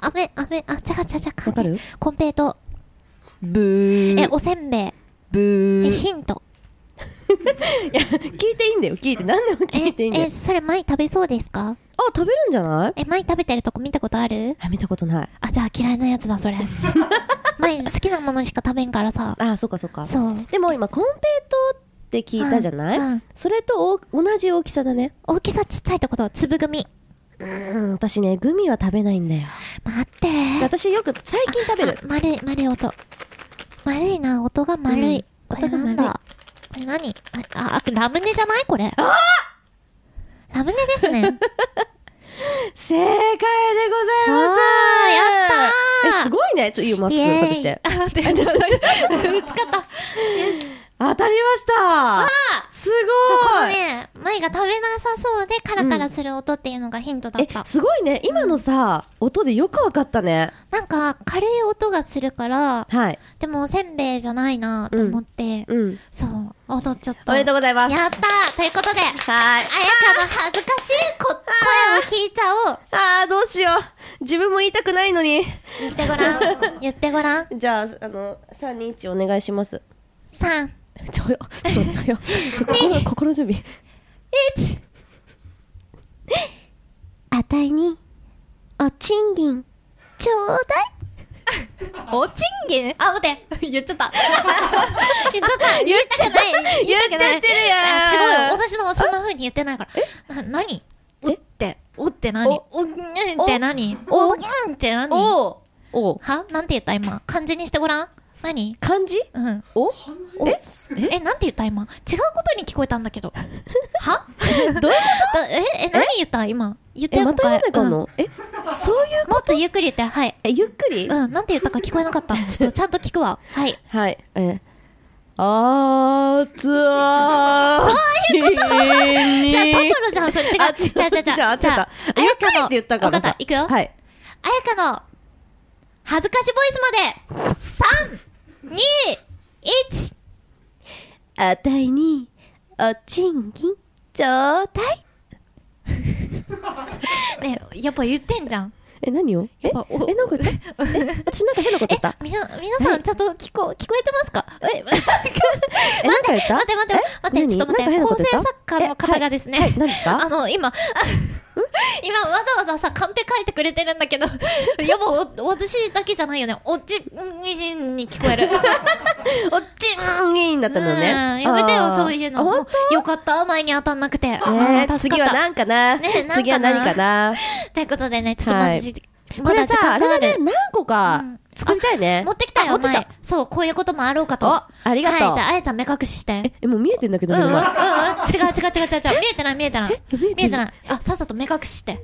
[SPEAKER 3] ああめあめあちゃかちゃちゃか
[SPEAKER 2] わかる
[SPEAKER 3] コンペイト
[SPEAKER 2] ブ
[SPEAKER 3] え
[SPEAKER 2] ー
[SPEAKER 3] おせんべい
[SPEAKER 2] ブ
[SPEAKER 3] え
[SPEAKER 2] ー
[SPEAKER 3] ヒント
[SPEAKER 2] いや聞いていいんだよ聞いて何でも聞いていいんだよ
[SPEAKER 3] えそれ前食べそうですか
[SPEAKER 2] あ食べるんじゃない
[SPEAKER 3] え前食べてるとこ見たことある
[SPEAKER 2] あ見たことない
[SPEAKER 3] あじゃあ嫌いなやつだ
[SPEAKER 2] *laughs*
[SPEAKER 3] それ前好きなものしか食べんからさ
[SPEAKER 2] あそうかそうか
[SPEAKER 3] そう
[SPEAKER 2] でも今コンペイトーって聞いたじゃない、
[SPEAKER 3] うんうん
[SPEAKER 2] それとお同じ大きさだね
[SPEAKER 3] 大きさちっちゃいってこと粒組
[SPEAKER 2] うん私ねグミは食べないんだよ
[SPEAKER 3] 待って
[SPEAKER 2] 私よく最近食べる
[SPEAKER 3] あ丸い丸い音丸いな音が丸い、
[SPEAKER 2] うん
[SPEAKER 3] これなん
[SPEAKER 2] 音が
[SPEAKER 3] だこれ何あああラムネじゃないこれあラムネで
[SPEAKER 2] *laughs*
[SPEAKER 3] すね
[SPEAKER 2] *laughs* 正解でございます
[SPEAKER 3] おーやったー
[SPEAKER 2] えすごいねちょいいよマスク
[SPEAKER 3] イエーイ
[SPEAKER 2] 外 *laughs* して
[SPEAKER 5] あ待ってぶ
[SPEAKER 2] *laughs*
[SPEAKER 5] つかった
[SPEAKER 2] 当たりましたす
[SPEAKER 3] そうこ
[SPEAKER 2] ご
[SPEAKER 3] の
[SPEAKER 2] い
[SPEAKER 3] ね前が食べなさそうでカラカラする音っていうのがヒントだっ
[SPEAKER 2] え
[SPEAKER 3] た、
[SPEAKER 2] すごいね今のさ音でよくわかったね
[SPEAKER 3] なんか軽い音がするから
[SPEAKER 2] はい
[SPEAKER 3] でもおせんべいじゃないなと思って、
[SPEAKER 2] うん
[SPEAKER 3] そう踊っちゃった
[SPEAKER 2] おめでとうございます
[SPEAKER 3] やったーということで
[SPEAKER 2] はい
[SPEAKER 3] あやかの恥ずかしいこ声を聞いちゃおう
[SPEAKER 2] あーどうしよう自分も言いたくないのに
[SPEAKER 3] 言ってごらん言ってごらん
[SPEAKER 2] じゃああの321お願いします
[SPEAKER 3] 3
[SPEAKER 2] ちょよ、ちょよ、 *laughs* ちょ心心準備。
[SPEAKER 3] あたいにお賃金ちょうだい
[SPEAKER 5] *laughs* おちんげんあ待って *laughs* 言っちゃった言っちゃった *laughs* 言ったくない
[SPEAKER 2] 言っちゃってる
[SPEAKER 5] あ違うよ
[SPEAKER 2] やん。
[SPEAKER 5] 私のはそんな風に言ってないからな何おっておって何
[SPEAKER 2] お
[SPEAKER 5] おうんって何
[SPEAKER 2] お
[SPEAKER 5] おうんって何
[SPEAKER 2] おおお
[SPEAKER 5] はなんて言った今漢字にしてごらん何
[SPEAKER 2] 漢字
[SPEAKER 5] うん
[SPEAKER 2] おえ
[SPEAKER 5] えなんて言った今違うことに聞こえたんだけ *laughs* どは
[SPEAKER 2] どういう
[SPEAKER 5] だええ何言った今言って
[SPEAKER 2] え、ま
[SPEAKER 5] も
[SPEAKER 2] た言わなきゃ
[SPEAKER 5] うん
[SPEAKER 2] な
[SPEAKER 5] も
[SPEAKER 2] のえ、そういう、
[SPEAKER 5] っとゆっくり言ってはい
[SPEAKER 2] え、ゆっくり
[SPEAKER 5] うんなんて言ったか聞こえな
[SPEAKER 2] *laughs*
[SPEAKER 5] かったちょっとちゃんと聞くわはい
[SPEAKER 2] はい、え、あーつあそういうこと
[SPEAKER 5] じゃ
[SPEAKER 2] *laughs*
[SPEAKER 5] あトト
[SPEAKER 2] に
[SPEAKER 5] ロじゃんそれ違う
[SPEAKER 2] あ
[SPEAKER 5] 違う違う違う
[SPEAKER 2] じゃあ、ちょっと。ゆっくりって言ったから
[SPEAKER 5] わか
[SPEAKER 2] さ
[SPEAKER 5] った。いくよ
[SPEAKER 2] はい。
[SPEAKER 5] あやかの、恥ずかしボイスまで、3、2、1、
[SPEAKER 2] あたいに、お賃金、ちょうだい。
[SPEAKER 5] ねえやっぱ言ってんじゃん。
[SPEAKER 2] え、何をえ、え、
[SPEAKER 5] ぱ
[SPEAKER 2] なん
[SPEAKER 5] お
[SPEAKER 2] か言った、え、私なんか変なこと言った。
[SPEAKER 5] みな、皆さんちゃんと聞こ、聞こえてますかえ、待って、
[SPEAKER 2] え、なんか言った
[SPEAKER 5] 待って、待って、待って、ちょっと待って、構成作家の方がですね、
[SPEAKER 2] 何ですか
[SPEAKER 5] あの、今、 *laughs* 今わざわざさ、カンペ書いてくれてるんだけど、 *laughs* やっぱお、私だけじゃないよね。おち、んに聞こえ
[SPEAKER 2] *laughs*
[SPEAKER 5] る。
[SPEAKER 2] おっちんになったの
[SPEAKER 5] うん
[SPEAKER 2] ね。
[SPEAKER 5] やめて
[SPEAKER 2] あ
[SPEAKER 5] よ、
[SPEAKER 2] ー
[SPEAKER 5] そういう
[SPEAKER 2] あ
[SPEAKER 5] の
[SPEAKER 2] 本。
[SPEAKER 5] よかった、前に当たんなくて。
[SPEAKER 2] 当
[SPEAKER 5] うん助かっ
[SPEAKER 2] ね
[SPEAKER 5] た
[SPEAKER 2] 次は何かな
[SPEAKER 5] ねえなんかな
[SPEAKER 2] 次は何かな
[SPEAKER 5] ということでね、ちょっとま
[SPEAKER 2] はい
[SPEAKER 5] ずじ、
[SPEAKER 2] こ
[SPEAKER 5] まだ
[SPEAKER 2] れ
[SPEAKER 5] 時
[SPEAKER 2] さ、あ
[SPEAKER 5] 間
[SPEAKER 2] れ
[SPEAKER 5] があ
[SPEAKER 2] だ
[SPEAKER 5] る
[SPEAKER 2] ね。、何個か
[SPEAKER 5] うん
[SPEAKER 2] 作りたいね。
[SPEAKER 5] 持ってきた
[SPEAKER 2] あ
[SPEAKER 5] よ、
[SPEAKER 2] 持ってき
[SPEAKER 5] 前
[SPEAKER 2] た。。
[SPEAKER 5] そう、こういうこともあろうかと。
[SPEAKER 2] お、ありが
[SPEAKER 5] はい、じ
[SPEAKER 2] と
[SPEAKER 5] ゃ
[SPEAKER 2] う。
[SPEAKER 5] あ、あやちゃん目隠しして。
[SPEAKER 2] え、もう見えてんだけ
[SPEAKER 5] う
[SPEAKER 2] ど、
[SPEAKER 5] んうん、うん、
[SPEAKER 2] こ
[SPEAKER 5] うん
[SPEAKER 2] れ
[SPEAKER 5] 違う違う
[SPEAKER 2] は
[SPEAKER 5] 違う違う。見えてない見えてない。
[SPEAKER 2] え見えてる
[SPEAKER 5] 見えてない。あ、さっさと目隠しして。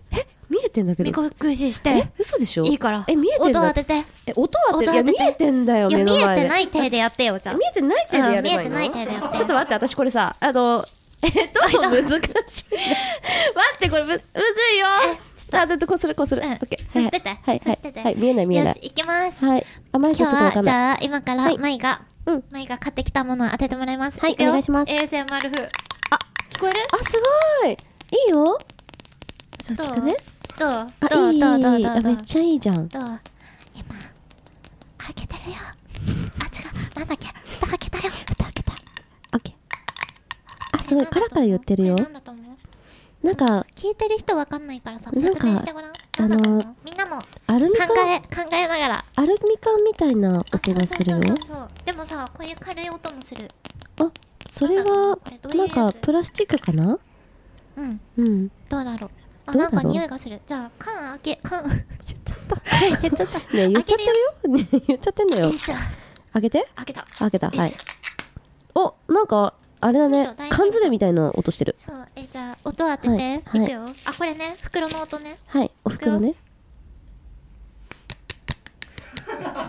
[SPEAKER 2] 見えてんだけ
[SPEAKER 5] 目
[SPEAKER 2] ど。
[SPEAKER 5] 隠しして
[SPEAKER 2] え。、嘘でしょ
[SPEAKER 5] いいから。
[SPEAKER 2] え、見えてん
[SPEAKER 5] 音
[SPEAKER 2] だ
[SPEAKER 5] 当てて。い
[SPEAKER 2] え、音当て
[SPEAKER 5] 音当てて
[SPEAKER 2] いや、見えてんだよ、
[SPEAKER 5] や、
[SPEAKER 2] 目
[SPEAKER 5] 見
[SPEAKER 2] の前
[SPEAKER 5] え
[SPEAKER 2] で。
[SPEAKER 5] てない手でやってよ、じゃあ。
[SPEAKER 2] 見えてない手でやればいいの
[SPEAKER 3] うん見えてない手でやって
[SPEAKER 2] ちょっと待って私これさあの *laughs* えっと難しい待ってこれむむずいよあだってこうするこうする、
[SPEAKER 3] うん
[SPEAKER 2] オッケー
[SPEAKER 3] そうしてて
[SPEAKER 2] はいはい
[SPEAKER 3] そうしてて
[SPEAKER 2] はい見えない見えな
[SPEAKER 3] よ
[SPEAKER 2] い
[SPEAKER 3] しいきます
[SPEAKER 2] はいあまりちょ
[SPEAKER 3] 今
[SPEAKER 2] っとわか
[SPEAKER 3] 日は
[SPEAKER 2] ん
[SPEAKER 3] じ
[SPEAKER 2] ない
[SPEAKER 3] ゃあ今か
[SPEAKER 2] は
[SPEAKER 3] ら
[SPEAKER 2] い
[SPEAKER 3] 舞が
[SPEAKER 2] うん
[SPEAKER 3] 舞が買ってきたものを当ててもらいます
[SPEAKER 2] はい
[SPEAKER 3] くよ
[SPEAKER 2] お願いします
[SPEAKER 5] ASMR 風。あ、聞こえる
[SPEAKER 2] あすごいいいよちょっと聞くね
[SPEAKER 3] どう
[SPEAKER 2] あ
[SPEAKER 3] どう
[SPEAKER 2] いい
[SPEAKER 3] どうどう
[SPEAKER 2] いい
[SPEAKER 3] ど
[SPEAKER 2] あ
[SPEAKER 3] うど
[SPEAKER 2] め
[SPEAKER 3] う
[SPEAKER 2] っちゃいいじゃん
[SPEAKER 3] どう今開けてるよあ違うなんだっけ蓋開けたよ蓋開けた
[SPEAKER 2] オッケーあすごいカラカラ言ってるよ
[SPEAKER 3] これなんだと思う
[SPEAKER 2] なんか
[SPEAKER 3] 聞いてる人わかんないからさ
[SPEAKER 2] なんか
[SPEAKER 3] 説明してごらんなんだと思
[SPEAKER 2] あ
[SPEAKER 3] うみんなも考
[SPEAKER 2] アルミ缶
[SPEAKER 3] え考えながら
[SPEAKER 2] アルミ缶みたいな
[SPEAKER 3] あ
[SPEAKER 2] 音がするよ
[SPEAKER 3] そうそうそうそうでもさこういう軽い音もする
[SPEAKER 2] あそれは
[SPEAKER 3] これどういう
[SPEAKER 2] な
[SPEAKER 3] や
[SPEAKER 2] ん
[SPEAKER 3] つ
[SPEAKER 2] かプラスチックかな
[SPEAKER 3] うん
[SPEAKER 2] うん
[SPEAKER 3] どうだろうあ
[SPEAKER 2] どう
[SPEAKER 3] な
[SPEAKER 2] だ
[SPEAKER 3] ん
[SPEAKER 2] ろう
[SPEAKER 3] か匂いがするじゃあ缶開け缶言っちゃった言っちゃった
[SPEAKER 2] ね言っちゃってるよ。ね言っちゃってんだ
[SPEAKER 3] *laughs* よ
[SPEAKER 2] よ
[SPEAKER 3] い。しょ
[SPEAKER 2] 開けて。
[SPEAKER 3] 開けた
[SPEAKER 2] 開けた。
[SPEAKER 3] よ
[SPEAKER 2] はいい
[SPEAKER 3] し。
[SPEAKER 2] お、なんか、あれだ
[SPEAKER 3] ちょ
[SPEAKER 2] ね
[SPEAKER 3] っと大ヒント
[SPEAKER 2] 缶詰みたいな音してる
[SPEAKER 3] そうえじゃあ音当てて、
[SPEAKER 2] はい
[SPEAKER 3] い
[SPEAKER 2] はい
[SPEAKER 3] くよあこれね袋の音ね
[SPEAKER 2] はいおふくろね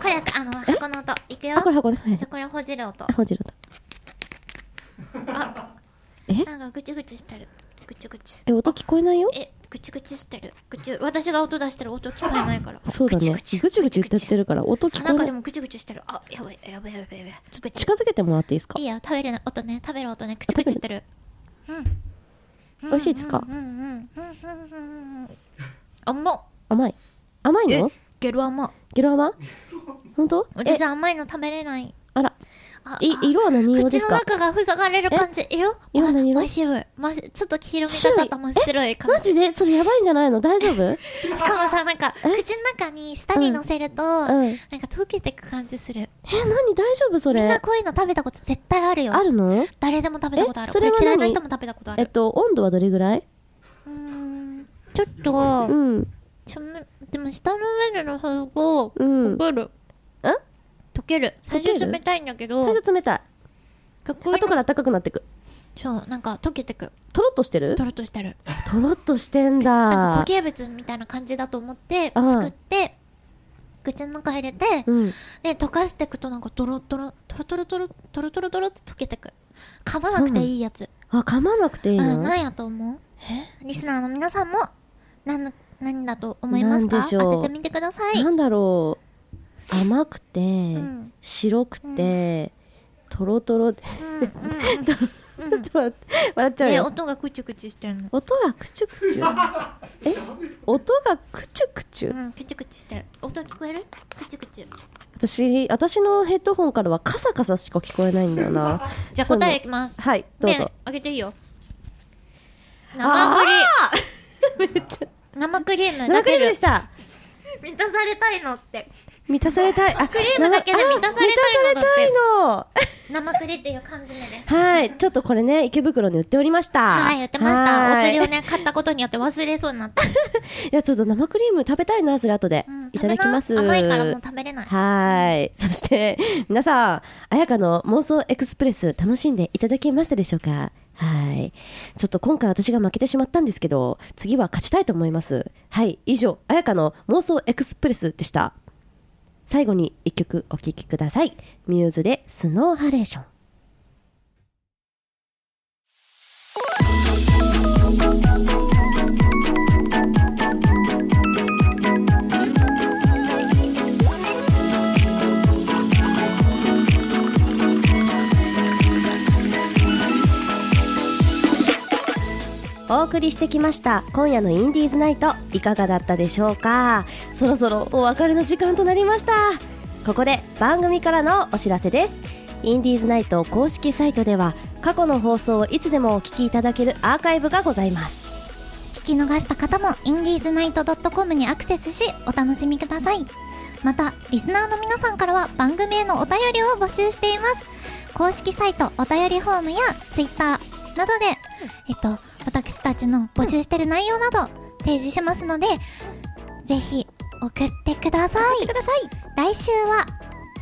[SPEAKER 3] これあの
[SPEAKER 2] え
[SPEAKER 3] 箱の音いくよ
[SPEAKER 2] あこれ箱ねはい
[SPEAKER 3] じゃあこれほじる音
[SPEAKER 2] あほじろと
[SPEAKER 3] あ
[SPEAKER 2] え
[SPEAKER 3] なんかぐちぐちしてるぐちぐち
[SPEAKER 2] え音聞こえないよ
[SPEAKER 3] えぐちぐちしてるぐち私が音出したら音聞こえないから
[SPEAKER 2] そうだね
[SPEAKER 3] ぐ
[SPEAKER 2] ぐち
[SPEAKER 3] ちぐ
[SPEAKER 2] ぐ
[SPEAKER 3] ち
[SPEAKER 2] ち歌ってるから音聞
[SPEAKER 3] あ
[SPEAKER 2] こ
[SPEAKER 3] な
[SPEAKER 2] え
[SPEAKER 3] んか
[SPEAKER 2] な
[SPEAKER 3] で
[SPEAKER 2] い
[SPEAKER 3] もぐちぐちしてるあやばいやばいやばいやばいやばいぐち
[SPEAKER 2] 近づけてもらっていいですか
[SPEAKER 3] いいよ食べる音ね食べる音ねくちくち言ってるうん
[SPEAKER 2] 美味しいですか
[SPEAKER 3] うんうんうんうんうんうんうん甘っ
[SPEAKER 2] 甘い甘い
[SPEAKER 3] え
[SPEAKER 2] の
[SPEAKER 3] ゲロ甘っ
[SPEAKER 2] ゲロ甘本当え
[SPEAKER 3] 私甘いの食べれない
[SPEAKER 2] あら
[SPEAKER 3] あ
[SPEAKER 2] い
[SPEAKER 3] あ
[SPEAKER 2] 色は何色で
[SPEAKER 3] 口
[SPEAKER 2] す
[SPEAKER 3] の
[SPEAKER 2] か
[SPEAKER 3] 中が塞がれる感じ色
[SPEAKER 2] 色何色
[SPEAKER 3] 真っ白い真っ白いちょっと黄色みがかった真っ白い
[SPEAKER 2] マ
[SPEAKER 3] 感じ
[SPEAKER 2] ジでそれやばいんじゃないの大丈夫うん
[SPEAKER 3] しかもさなんか口
[SPEAKER 2] え
[SPEAKER 3] の中に舌に乗せるとなんか
[SPEAKER 2] え
[SPEAKER 3] 溶けてく感じする
[SPEAKER 2] 何大丈夫そ
[SPEAKER 3] みんな
[SPEAKER 2] れ
[SPEAKER 3] こういうの食べたこと絶対あるよ
[SPEAKER 2] あるの
[SPEAKER 3] 誰でも食べたことある
[SPEAKER 2] えそれは
[SPEAKER 3] こ嫌いな
[SPEAKER 2] 何
[SPEAKER 3] 人も食べたことあ
[SPEAKER 2] えっ
[SPEAKER 3] る
[SPEAKER 2] と温度はどれぐらいう
[SPEAKER 3] ーんちょっ
[SPEAKER 2] う
[SPEAKER 3] と
[SPEAKER 2] ん
[SPEAKER 3] ちょでも舌の上での方が
[SPEAKER 2] うん
[SPEAKER 3] 溶ける
[SPEAKER 2] ん
[SPEAKER 3] 溶ける最
[SPEAKER 2] 溶け
[SPEAKER 3] 初
[SPEAKER 2] る
[SPEAKER 3] 冷たいんだけど
[SPEAKER 2] 最初冷たい
[SPEAKER 3] 結
[SPEAKER 2] 後から暖かくなってく
[SPEAKER 3] そうなんか溶けてく
[SPEAKER 2] とろっとしてる
[SPEAKER 3] とろっとしてる
[SPEAKER 2] とろっとしてん
[SPEAKER 3] なんか
[SPEAKER 2] だ
[SPEAKER 3] 固形物みたいな感じだと思って
[SPEAKER 2] うん
[SPEAKER 3] すくって口の中入れて
[SPEAKER 2] うん
[SPEAKER 3] で溶かしていくとなんかドロドロドロドロドロドロドロドロって溶けてく噛まなくていいやつ
[SPEAKER 2] あ噛まなくていい
[SPEAKER 3] うん
[SPEAKER 2] の
[SPEAKER 3] 何やと思うリスナーの皆さんも何の何だと思います
[SPEAKER 2] な
[SPEAKER 3] か
[SPEAKER 2] んでしょう
[SPEAKER 3] 当ててみてください
[SPEAKER 2] なんだろう甘くて、
[SPEAKER 3] ん
[SPEAKER 2] 白くて、とろとろで
[SPEAKER 3] うん
[SPEAKER 2] *laughs*
[SPEAKER 3] うん
[SPEAKER 2] ちょっと待って笑っちゃう
[SPEAKER 3] で
[SPEAKER 2] よ、
[SPEAKER 3] 音がクチュクチュしてるの
[SPEAKER 2] 音がくちゅ *laughs* くちゅえ音がくちゅくちゅ、
[SPEAKER 3] うんクチュクチュしてる音聞こえるクチュクチュ
[SPEAKER 2] 私私のヘッドホンからはカサカサしか聞こえないんだよ *laughs* な
[SPEAKER 3] じゃあ
[SPEAKER 2] その
[SPEAKER 3] 答えいきます
[SPEAKER 2] はいどうぞ、
[SPEAKER 3] ねあげていいよ生
[SPEAKER 2] あ
[SPEAKER 3] クリ
[SPEAKER 2] *laughs* ーめっちゃ
[SPEAKER 3] 生クリーム
[SPEAKER 2] 生
[SPEAKER 3] だ
[SPEAKER 2] クリー
[SPEAKER 3] け
[SPEAKER 2] ムで
[SPEAKER 3] で
[SPEAKER 2] した
[SPEAKER 3] 満たされたいのって
[SPEAKER 2] 満たされたいあクリ
[SPEAKER 3] ームだけで満たされたい
[SPEAKER 2] 満た
[SPEAKER 3] のだって
[SPEAKER 2] されたいの
[SPEAKER 3] 生クリっていう缶詰です *laughs*
[SPEAKER 2] はい、ちょっとこれね、池袋に売っておりました。
[SPEAKER 3] はい、言ってました。
[SPEAKER 2] は
[SPEAKER 3] お
[SPEAKER 2] い
[SPEAKER 3] 釣りをね、買ったことによって忘れそうになった。
[SPEAKER 2] いや、ちょっと生クリーム食べたいな、それ後で。
[SPEAKER 3] うん
[SPEAKER 2] いただきます。
[SPEAKER 3] 食べな甘いからもう食べれない。
[SPEAKER 2] はい。そして、皆さん、あやかの妄想エクスプレス楽しんでいただけましたでしょうかはい。ちょっと今回私が負けてしまったんですけど、次は勝ちたいと思います。はい。以上、あやかの妄想エクスプレスでした。最後に一曲お聴きください。ミューズでスノーハレーション。お送りしてきました今夜のインディーズナイトいかがだったでしょうかそろそろお別れの時間となりましたここで番組からのお知らせですインディーズナイト公式サイトでは過去の放送をいつでもお聞きいただけるアーカイブがございます
[SPEAKER 3] 聞き逃した方も、インディーズナイト .com にアクセスし、お楽しみください。また、リスナーの皆さんからは番組へのお便りを募集しています。公式サイトお便りフォームや、ツイッターなどで、えっと、私たちの募集してる内容など、提示しますので、ぜひ、送ってください。
[SPEAKER 2] ください
[SPEAKER 3] 来週は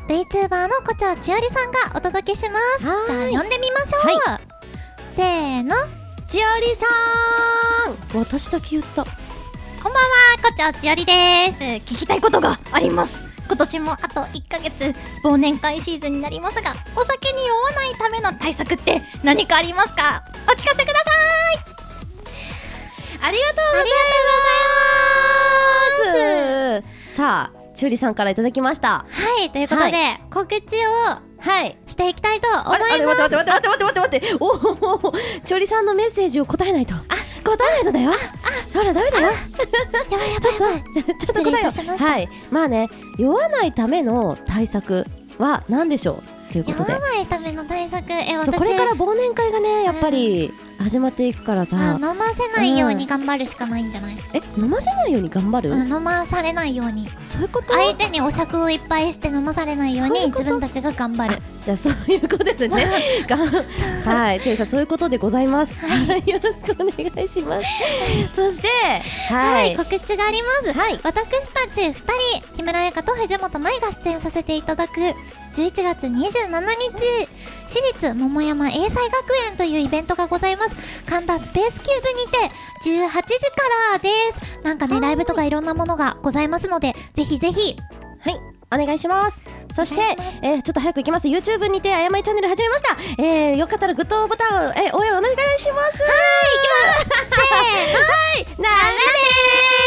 [SPEAKER 3] VTuber のこちょちおりさんがお届けしますじゃ
[SPEAKER 2] は
[SPEAKER 3] あ
[SPEAKER 2] ーい
[SPEAKER 3] 呼んでみましょう、せーの
[SPEAKER 2] ちおりさん私だけ言った
[SPEAKER 3] こんばんはこちょちおりです
[SPEAKER 6] 聞きたいことがあります今年もあと1ヶ月忘年会シーズンになりますがお酒に酔わないための対策って何かありますかお聞かせくださ
[SPEAKER 2] ありがとうございますさあちおりさんからいただきました
[SPEAKER 3] はいということで、
[SPEAKER 2] は
[SPEAKER 3] 告知を
[SPEAKER 2] はい
[SPEAKER 3] していきたいと思
[SPEAKER 2] あ
[SPEAKER 3] い
[SPEAKER 2] れあれ
[SPEAKER 3] ます
[SPEAKER 2] 待って待って待って待って待って待っておーおーおーちょりさんのメッセージを答えないとあ答えないとだよあほらダメだよ
[SPEAKER 3] やばいや
[SPEAKER 2] ち
[SPEAKER 3] ば
[SPEAKER 2] ょ
[SPEAKER 3] い
[SPEAKER 2] っと
[SPEAKER 3] やばい
[SPEAKER 2] じゃちょっと答え
[SPEAKER 3] 失礼いたしま
[SPEAKER 2] よ
[SPEAKER 3] した
[SPEAKER 2] はいまあね酔わないための対策は何でしょうというこ
[SPEAKER 3] 酔
[SPEAKER 2] とで
[SPEAKER 3] わないための対策え
[SPEAKER 2] そう
[SPEAKER 3] 私
[SPEAKER 2] これから忘年会がねやっぱり始まっていくから
[SPEAKER 3] あ
[SPEAKER 2] さ
[SPEAKER 3] 飲ませないように頑張るしかないんじゃない、
[SPEAKER 2] え飲ませないように頑張る、
[SPEAKER 3] うん、飲まされないように
[SPEAKER 2] そういうこと
[SPEAKER 3] 相手にお酌をいっぱいして飲まされないよう
[SPEAKER 2] そうい
[SPEAKER 3] に
[SPEAKER 2] うこと
[SPEAKER 3] 自分たちが頑張る
[SPEAKER 2] じゃあそういうことですね。がんはい、チェイさんそういうことでございます。はい、 *laughs* よろしくお願いします。そして、は
[SPEAKER 3] はい、
[SPEAKER 2] い、
[SPEAKER 3] 告知があります、
[SPEAKER 2] はい
[SPEAKER 3] 私たち2人木村彩香と藤本舞が出演させていただく11月27日私立桃山英才学園というイベントがございます神田スペースキューブにて18時からですなんかねライブとかいろんなものがございますのでぜひぜ *laughs* ひ
[SPEAKER 2] はい、お願いします。そして
[SPEAKER 3] お願いしま、
[SPEAKER 2] えーちょっと早く行きます。YouTube にてあやまいチャンネル始めました。えー、よかったらグッドボタン、 *laughs* えー、応援お願いします。はい、行きます。せーの、はい、ならねー。